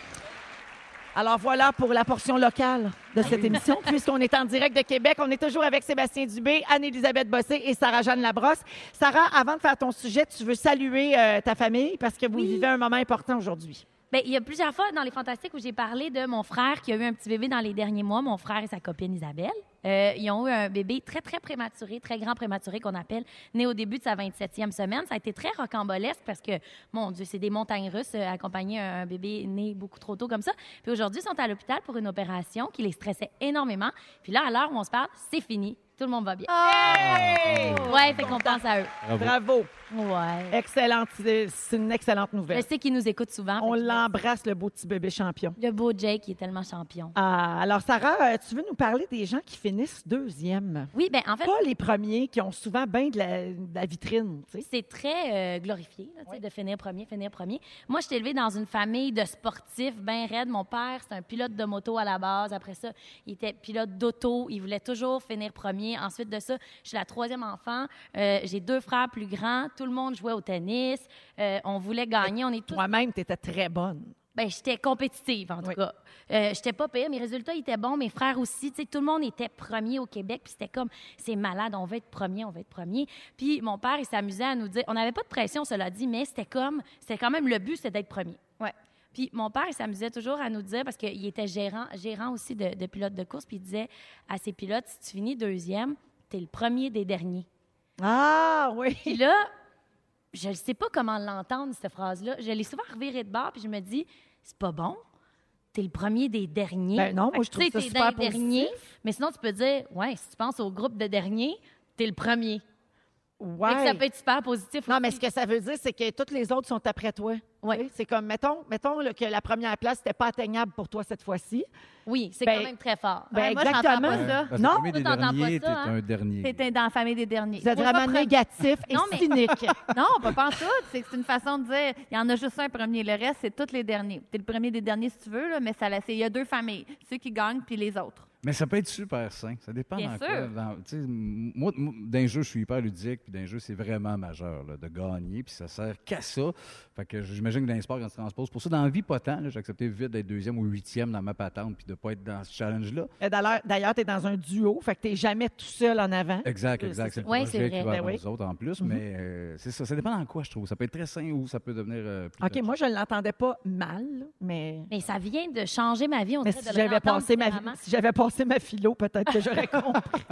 Alors voilà pour la portion locale de cette émission, puisqu'on est en direct de Québec. On est toujours avec Sébastien Dubé, Anne-Élisabeth Bossé et Sarah-Jeanne Labrosse. Sarah, avant de faire ton sujet, tu veux saluer euh, ta famille parce que vous vivez un moment important aujourd'hui. Ben, il y a plusieurs fois dans les Fantastiques où j'ai parlé de mon frère qui a eu un petit bébé dans les derniers mois, mon frère et sa copine Isabelle. Euh, ils ont eu un bébé très, très prématuré, très grand prématuré qu'on appelle né au début de sa 27e semaine. Ça a été très rocambolesque parce que, mon Dieu, c'est des montagnes russes euh, accompagner un bébé né beaucoup trop tôt comme ça. Puis aujourd'hui, ils sont à l'hôpital pour une opération qui les stressait énormément. Puis là, à l'heure où on se parle, c'est fini. Tout le monde va bien. Ah! Oh! Ouais, fait qu'on pense à eux. Bravo. Bravo. Eh Ouais. Excellente. C'est c'est une excellente Je nouvelle. sais qu'ils nous écoutent souvent. ben, On fait que- l'embrasse, le beau petit bébé champion. Le beau Jake, il est tellement champion. Ah, alors, Sarah, euh, tu veux nous parler des gens qui finissent deuxième? Oui, ben en fait, Pas les premiers qui ont souvent bien de la, de la vitrine, tu sais. c'est très euh, glorifié là, tu sais, de finir premier, finir premier. Moi, je suis élevée dans une famille de sportifs bien raides. Mon père, c'est un pilote de moto à la base. Après ça, il était pilote d'auto. Il voulait toujours finir premier. Ensuite de ça, je suis la troisième enfant. Euh, J'ai deux frères plus grands. Tout le monde jouait au tennis. Euh, on voulait gagner. On est tous Toi-même, tu étais très bonne. ben, j'étais compétitive, en tout Oui. cas. Euh, j'étais pas pire. Mes résultats étaient bons. Mes frères aussi. Tu sais, tout le monde était premier au Québec. Puis c'était comme, c'est malade, on veut être premier, on veut être premier. Puis mon père, il s'amusait à nous dire, on n'avait pas de pression, cela dit, mais c'était comme, c'était quand même le but, c'était d'être premier. Ouais. Puis mon père, il s'amusait toujours à nous dire, parce qu'il était gérant, gérant aussi de, de pilote de course, puis il disait à ses pilotes, si tu finis deuxième, t'es le premier des derniers. Ah, oui. Puis là, je ne sais pas comment l'entendre, cette phrase-là. Je l'ai souvent revirée de bord, puis je me dis, c'est pas bon. T'es le premier des derniers. Ben non, Fait moi, que je trouve tu ça sais, t'es super dans les derniers, Mais sinon, tu peux dire, ouais, si tu penses au groupe de derniers, t'es le premier. Fait que Ouais. ça peut être super positif. Non, mais ce que ça veut dire, c'est que toutes les autres sont après toi. Ouais. Tu sais, C'est comme, mettons, mettons là, que la première place n'était pas atteignable pour toi cette fois-ci. Oui, c'est Ben, quand même très fort. Ben, Ouais, moi, j'entends exactement. pas ça. Ouais, parce que Non, premier des toi, t'entends pas derniers, ça, t'es hein. un dernier. C'était dans la famille des derniers. Vous êtes On va vraiment prendre- négatif et Non, mais- cynique. Non, pas en tout. C'est c'est une façon de dire, il y en a juste un premier, le reste, c'est tous les derniers. T'es le premier des derniers si tu veux, là, mais ça, la- c'est- il y a deux familles, ceux qui gagnent puis les autres. Mais ça peut être super sain. Ça dépend Bien dans sûr. quoi. Dans- tu sais, m- moi, moi, d'un jeu, je suis hyper ludique, puis d'un jeu, c'est vraiment majeur là, de gagner, puis ça sert qu'à ça. Fait que j'imagine que dans les sports, quand tu transposes, pour ça, dans la vie, pas tant. là, J'ai accepté vite d'être deuxième ou huitième dans ma patente, puis de pas être dans ce challenge-là. Euh, D'ailleurs, d'ailleurs, t'es dans un duo, fait que t'es jamais tout seul en avant. Exact, Euh, exact. c'est C'est le ça. Ouais, projet c'est qui vrai. va Ben avant oui. nous autres en plus, mais euh, c'est ça. Ça dépend dans quoi, je trouve. Ça peut être très sain ou ça peut devenir. euh, plus OK, touchy. moi, je ne l'entendais pas mal, là, mais... Mais ça vient de changer ma vie. On Mais dirait, si de le j'avais réentendre passé, ma, différemment. si j'avais passé ma philo, peut-être que j'aurais compris.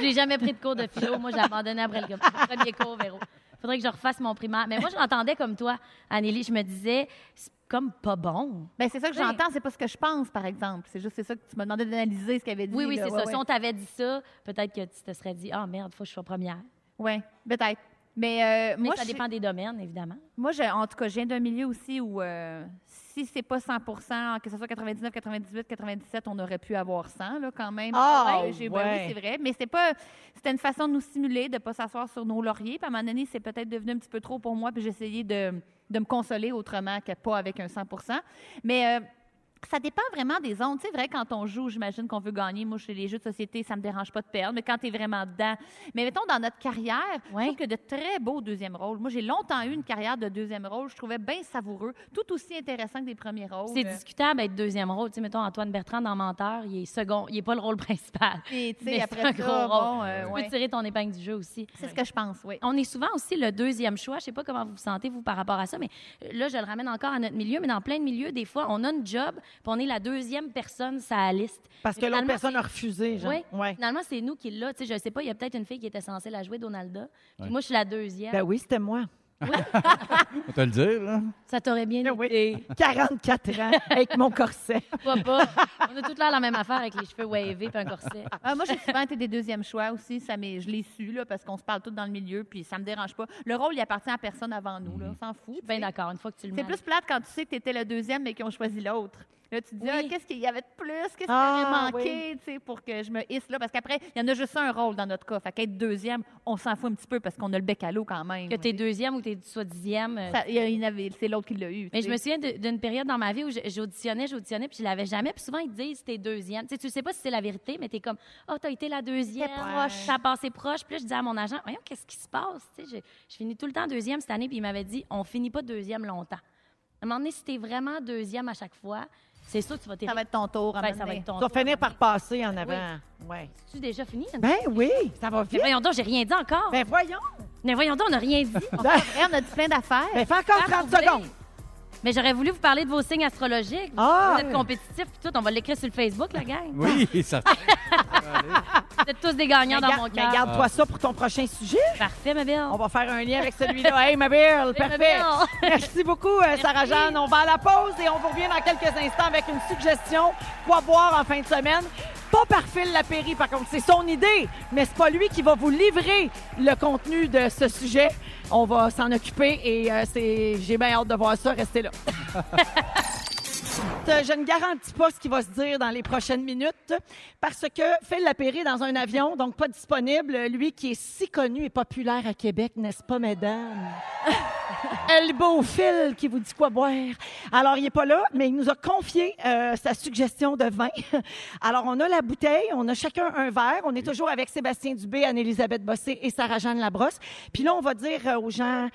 J'ai jamais pris de cours de philo. Moi, j'ai abandonné après le premier cours, Véro. Faudrait que je refasse mon primaire. Mais moi, je l'entendais comme toi, Anélie. Je me disais, c'est comme pas bon. Ben, c'est ça que Oui. j'entends, c'est pas ce que je pense, par exemple. C'est juste c'est ça que tu m'as demandé d'analyser ce qu'elle avait dit. Oui, oui, là. c'est Ouais, ça. ouais. Si on t'avait dit ça, peut-être que tu te serais dit, ah merde, faut que je sois première. Oui, peut-être. Mais, euh, Mais moi, ça je- dépend des domaines, évidemment. moi je- en tout cas, je viens d'un milieu aussi où euh, si c'est pas 100 que ce soit 99, 98, 97, on aurait pu avoir 100 là, quand même. Ah, Ouais, j'ai- ben oui, ouais. c'est vrai. Mais c'était pas, c'était une façon de nous stimuler, de pas s'asseoir sur nos lauriers. Puis à un moment donné, c'est peut-être devenu un petit peu trop pour moi, puis j'ai essayé de, de me consoler autrement que pas avec un 100 Mais euh, ça dépend vraiment des ondes. C'est vrai, quand on joue, j'imagine qu'on veut gagner. Moi, chez les jeux de société, ça me dérange pas de perdre, mais quand tu es vraiment dedans. Mais mettons, dans notre carrière, Ouais. je trouve que de très beaux deuxième rôles. Moi, j'ai longtemps eu une carrière de deuxième rôle. Je trouvais bien savoureux, tout aussi intéressant que des premiers rôles. C'est Euh, discutable être deuxième rôle. Tu sais, mettons Antoine Bertrand dans Menteur, il est second, il est pas le rôle principal. Puis, Euh, tu Mais sais, c'est un après ça, gros bon, rôle. euh, Tu ouais. peux Ah. tirer ton épingle du jeu aussi. C'est ce que je pense, oui. On est souvent aussi le deuxième choix. Je sais pas comment vous vous sentez, vous, par rapport à ça, mais euh, là, je le ramène encore à notre milieu, mais dans plein de milieux, des fois, on a une job, puis on est la deuxième personne sur la liste. Parce que l'autre Finalement, personne a refusé, genre. Oui. Ouais. Finalement, c'est nous qui l'a. Tu sais, je sais pas, il y a peut-être une fille qui était censée la jouer, Donalda. Puis Ouais. moi, je suis la deuxième. Ben oui, c'était moi. On te le dire, là. Ça t'aurait bien Eh été. oui. 44 ans, avec mon corset. Pourquoi pas? On a toutes l'air la même affaire avec les cheveux wavés puis un corset. Ah, moi, j'ai souvent été des deuxièmes choix aussi. Ça m'est- je l'ai su, là, parce qu'on se parle tous dans le milieu, puis ça me dérange pas. Le rôle, il appartient à personne avant nous, là. On s'en fout. Ben, Je suis bien Ben d'accord, une fois que tu le mets. C'est plus plate quand tu sais que tu étais le deuxième, mais qu'ils ont choisi l'autre. Là, tu te dis, Oui. ah, qu'est-ce qu'il y avait de plus? Qu'est-ce qui Ah, aurait manqué tu sais, pour que je me hisse là? Parce qu'après, il y en a juste un rôle dans notre cas. Fait qu'être deuxième, on s'en fout un petit peu parce qu'on a le bec à l'eau quand même. Que t'es deuxième ou t'es soit dixième. euh, Ça- il y a- il y en avait- C'est l'autre qui l'a eu. Mais je tu sais. me souviens de- d'une période dans ma vie où je- j'auditionnais, j'auditionnais, puis je l'avais jamais. Puis souvent, ils te disent, t'es deuxième. Tu sais, tu sais pas si c'est la vérité, mais t'es comme, oh, t'as été la deuxième. T'es proche. Ça a passé proche. Puis là, je disais à mon agent, voyons, qu'est-ce qui se passe? Tu sais, je, je finis tout le temps deuxième cette année, puis il m'avait dit, on finit pas deuxième longtemps. À un moment donné, si t'es vraiment deuxième à chaque fois, c'est sûr que tu vas Ça t'éviter. va être ton tour. à un Ben, moment ça va donné. être ton Tu vas tour. finir par passer en avant. Ouais. Tu déjà fini? Ben, Ben oui, ça va vite. voyons donc, j'ai rien dit encore. Ben voyons. Mais voyons donc, on n'a rien dit. Ben, Hey, on a dit plein d'affaires. ben, fais encore Faire 30 pour dire. secondes. Mais j'aurais voulu vous parler de vos signes astrologiques. Ah! vous êtes compétitifs puis tout. On va l'écrire sur le Facebook, la gang. Oui, ça. Vous êtes tous des gagnants Mais dans garde- mon mais cœur. Ben, garde-toi ça pour ton prochain sujet. Parfait, ma belle. On va faire un lien avec celui-là. Hey, ma belle, ma parfait. belle. Merci beaucoup, euh, Sarah-Jeanne. On va à la pause et on vous revient dans quelques instants avec une suggestion. Quoi boire en fin de semaine? Pas par Phil Lapéry, par contre. C'est son idée, mais c'est pas lui qui va vous livrer le contenu de ce sujet. On va s'en occuper et euh, c'est... j'ai bien hâte de voir ça. Restez là. Euh, Je ne garantis pas ce qui va se dire dans les prochaines minutes parce que Phil Lapéry est dans un avion, donc pas disponible. Lui qui est si connu et populaire à Québec, n'est-ce pas, mesdames? Elbow Phil qui vous dit quoi boire. Alors, il n'est pas là, mais il nous a confié euh, sa suggestion de vin. Alors, on a la bouteille, on a chacun un verre. On est toujours avec Sébastien Dubé, Anne-Élisabeth Bossé et Sarah-Jeanne Labrosse. Puis là, on va dire euh, aux gens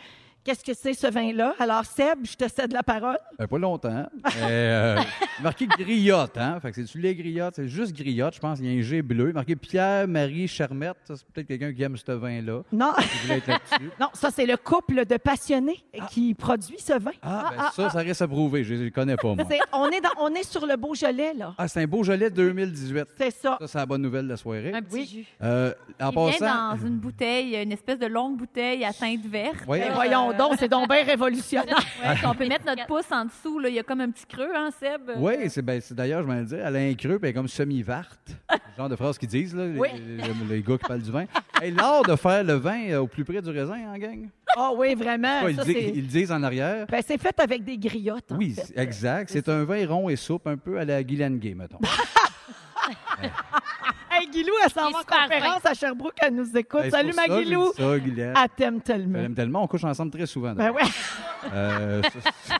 qu'est-ce que c'est ce vin-là. Alors, Seb, je te cède la parole. Euh, pas longtemps. mais, euh, marqué griotte, hein? Fait que c'est-tu les griottes? C'est juste griotte, je pense. Il y a un G bleu. Marqué Pierre-Marie Charmette. Ça, c'est peut-être quelqu'un qui aime ce vin-là. Non. qui voulait être là-dessus. Non, ça, c'est le couple de passionnés qui produit ce vin. Ah, ben ça, ça reste à prouver. Je ne les connais pas, moi. C'est- on, est dans- on est sur le Beaujolais, là. Ah, c'est un Beaujolais 2018. C'est ça. Ça, c'est la bonne nouvelle de la soirée. Un petit jus. Euh, en Il passant. vient dans une bouteille, une espèce de longue bouteille à teinte verte. Oui. Ben voyons donc, c'est donc bien révolutionnaire. Ouais, qu'on peut mettre notre pouce en dessous. Là. Il y a comme un petit creux, hein, Seb? Oui, c'est ben, c'est- d'ailleurs, je m'en dire, elle a un creux, puis elle est comme semi-varte. Le genre de phrase qu'ils disent, là, les- Oui. les, les gars qui parlent du vin. Hey, L'art de faire le vin euh, au plus près du raisin, hein, gang? Ah oui, vraiment. Quoi, ils, ça, disent- c'est... ils le disent en arrière. Ben, c'est fait avec des griottes. hein. en Oui, fait. c'est- exact. C'est un vin rond et soupe, un peu à la Guylaine Gay, mettons. Hey, Guilou, elle s'en Il va en se parle conférence à Sherbrooke, elle nous écoute. Ben, c'est Salut, pour ma ça que je dis Guilou. Ça, Guylaine. Elle t'aime tellement. J'aime tellement, on couche ensemble très souvent. Ben d'ailleurs. ouais. Euh, ça, c'est-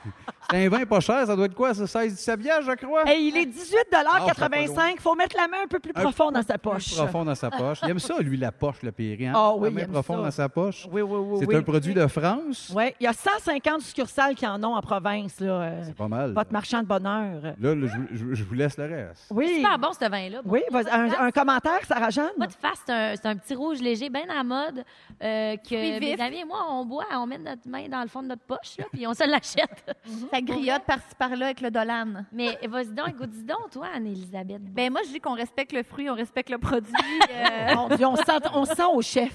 c'est un vin pas cher, ça doit être quoi? Ça, 16 17 bières, je crois? Hey, il est 18,85 Faut mettre la main un peu plus Un profond dans sa Plus poche. Profond dans sa poche. Il aime ça, lui, la poche, le Péry. Hein? Ah oui, La main il aime profond ça. dans sa poche. Oui, oui, oui. C'est oui. un produit de France. Ouais, il y a 150 succursales qui en ont en province, là. euh, C'est pas mal. votre marchand de bonheur. Là, là, je, vous- je vous- je vous laisse le reste. Oui. Super bon, ce vin-là. Oui, vas-y, un, un commentaire, Sarah-Jeanne? Pas de face, c'est un, c'est un petit rouge léger, bien à la mode, euh, Fruits que vifs. mes amis et moi, on boit, on met notre main dans le fond de notre poche, là, puis on se l'achète. Ça griotte par-ci par-là avec le Dolan. Mais vas-y donc, goûte dis donc, toi, Anne-Élisabeth. Hein? Ben moi, je dis qu'on respecte le fruit, on respecte le produit. euh, Mon Dieu, on sent, on sent au chef.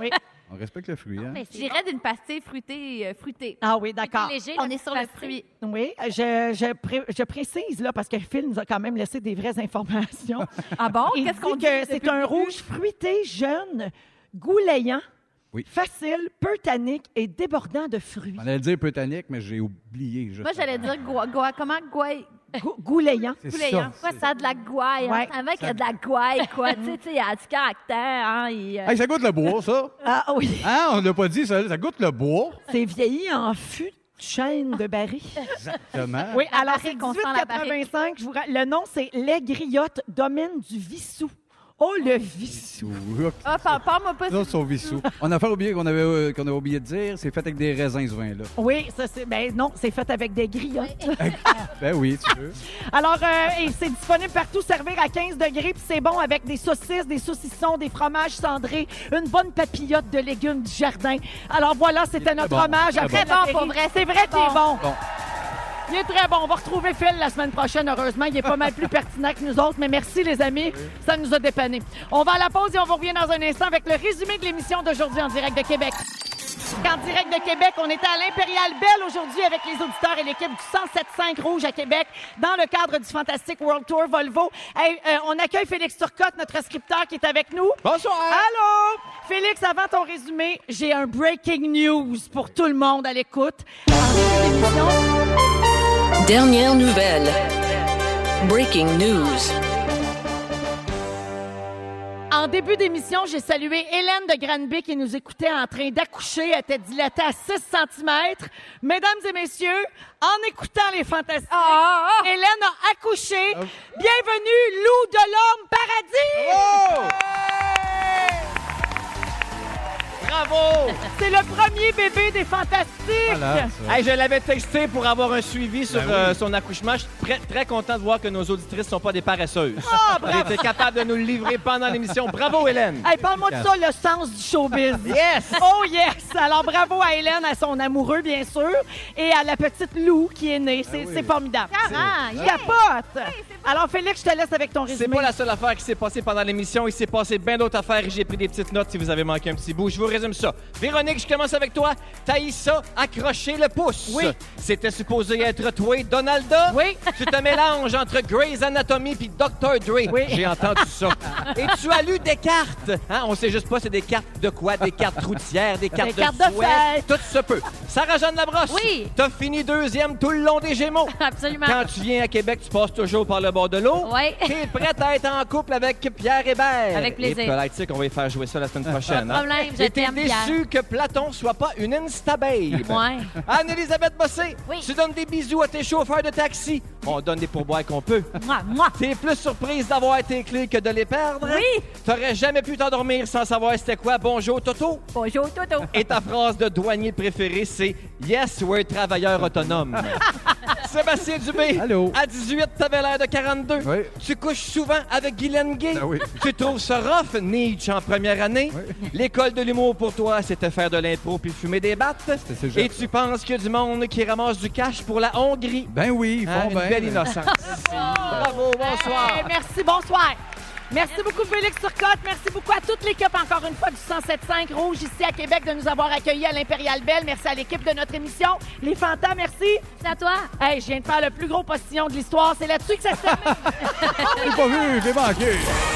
Oui. On respecte le fruit. Hein? Mais c'est J'irais d'une pastille fruitée. euh, fruitée. Ah oui, bon, d'accord. léger, On la est petite sur le pastille. fruit. Oui, je, je, pré- je précise, là, parce que Phil nous a quand même laissé des vraies informations. Ah bon? Il Qu'est-ce dit qu'on dit? que depuis c'est le un début? rouge fruité, jeune, goulayant, Oui. facile, peu tannique et débordant de fruits. On allait dire peu tannique, mais j'ai oublié. Moi, j'allais dire gua, gua- comment gouaille? Gou- goulayant. C'est Goulayant. hein? ça, Quoi, c'est- ça a de la gouaille. hein? Ouais. C'est Un mec qui a de la gouaille, quoi. tu sais, tu sais, il a du caractère. Hein, il, euh, Hey, ça goûte le bois, ça. Ah oui, Hein? On l'a pas dit, ça, ça goûte le bois. c'est vieilli en fût de chêne de baril. Exactement. Oui, La alors c'est barrique, on sent la barrique. 1885. Je vous ra- Le nom, c'est Les Griottes, domaine du Vissou. Oh, le Vissou. Oups, Ah, par- parle-moi pas. Les autres sont vissous. On a fait oublier qu'on avait, euh, qu'on avait oublié de dire, c'est fait avec des raisins, ce vin-là. Oui, ça c'est. Ben non, c'est fait avec des griottes. Ben oui, tu veux. Alors, euh, et c'est disponible partout, servir à 15 degrés, puis c'est bon avec des saucisses, des saucissons, des fromages cendrés, une bonne papillote de légumes du jardin. Alors voilà, c'était très notre bon, hommage très à bon. Fred Très bon, Lapéry. pour vrai, C'est vrai très qu'il est bon. Bon. Il est très bon. On va retrouver Phil la semaine prochaine, heureusement. Il est pas mal plus pertinent que nous autres, mais merci les amis. Ça nous a dépanné. On va à la pause et on vous revient dans un instant avec le résumé de l'émission d'aujourd'hui en direct de Québec. En direct de Québec, on était à l'Impérial Belle aujourd'hui avec les auditeurs et l'équipe du 107.5 Rouge à Québec dans le cadre du Fantastic World Tour Volvo. Hey, euh, on accueille Félix Turcotte, notre scripteur qui est avec nous. Bonsoir! Allô? Félix, avant ton résumé, j'ai un breaking news pour tout le monde à l'écoute. En début d'émission, Dernière nouvelle. Breaking news. En début d'émission, j'ai salué Hélène de Granby qui nous écoutait en train d'accoucher. Elle était dilatée à 6 cm. Mesdames et messieurs, en écoutant les fantastiques, Ah! Hélène a accouché. Bienvenue, Lou de l'homme paradis! Bravo! C'est le premier bébé des fantastiques! Voilà, ça. Hey, je l'avais texté pour avoir un suivi sur euh, son accouchement. Je suis très, très content de voir que nos auditrices ne sont pas des paresseuses. Oh, Ah, Elle bravo! était capable de nous le livrer pendant l'émission. Bravo, Hélène! Hey, parle-moi de ça, le sens du showbiz. Yes! Oh yes! Alors bravo à Hélène, à son amoureux, bien sûr, et à la petite Lou qui est née. C'est c'est formidable. Ah, Il yeah. Capote! Alors Félix, je te laisse avec ton C'est résumé. pas la seule affaire qui s'est passée pendant l'émission. Il s'est passé bien d'autres affaires et j'ai pris des petites notes si vous avez manqué un petit bout. Je vous résume ça. Véronique, je commence avec toi. Taïssa, accrochez le pouce. Oui. C'était supposé être toi, Donalda. Oui. Tu te mélanges entre Grey's Anatomy puis Dr. Dre. Oui. J'ai entendu ça. Et tu as lu des cartes. Hein? On sait juste pas c'est des cartes de quoi? Des cartes routières, des cartes Des de cartes de souhait. fête. Tout se peut. Sarah-Jeanne Labrosse. Oui. T'as fini deuxième tout le long des Gémeaux. Absolument. Quand tu viens à Québec, tu passes toujours par le bord de l'eau. Ouais. T'es prête à être en couple avec Pierre Hébert. Avec plaisir. Et peut-être tu sais qu'on va y faire jouer ça la semaine prochaine. hein? Pas de problème, je Et t'es t'aime, Pierre. déçu que Platon soit pas une instababe. Ouais. Anne-Elisabeth Bossé, Oui. tu donnes des bisous à tes chauffeurs de taxi. On donne des pourboires qu'on peut. Moi, moi. T'es plus surprise d'avoir tes clés que de les perdre. Oui. T'aurais jamais pu t'endormir sans savoir c'était quoi. Bonjour, Toto. Bonjour, Toto. Et ta phrase de douanier préférée, c'est Yes, we're travailleur autonome. Sébastien Dubé, Allô. à 18, t'avais l'air de 42. Oui. Tu couches souvent avec Guylaine Gay. Ah oui. Tu trouves ça rough, Nietzsche, en première année. Oui. L'école de l'humour pour toi, c'était faire de l'impro puis fumer des battes. cégep, Et tu penses qu'il y a du monde qui ramasse du cash pour la Hongrie. Ben oui, ils font Hein, une bien. belle mais- innocence. Bravo, bonsoir. Hey, merci, bonsoir. Merci beaucoup, Félix Turcotte. Merci beaucoup à toute l'équipe, encore une fois, du 107.5 Rouge, ici à Québec, de nous avoir accueillis à l'Impérial Belle. Merci à l'équipe de notre émission. Les Fantas, merci. C'est à toi. Hey, je viens de faire le plus gros postillon de l'histoire. C'est là-dessus que ça se termine. J'ai pas vu, j'ai manqué.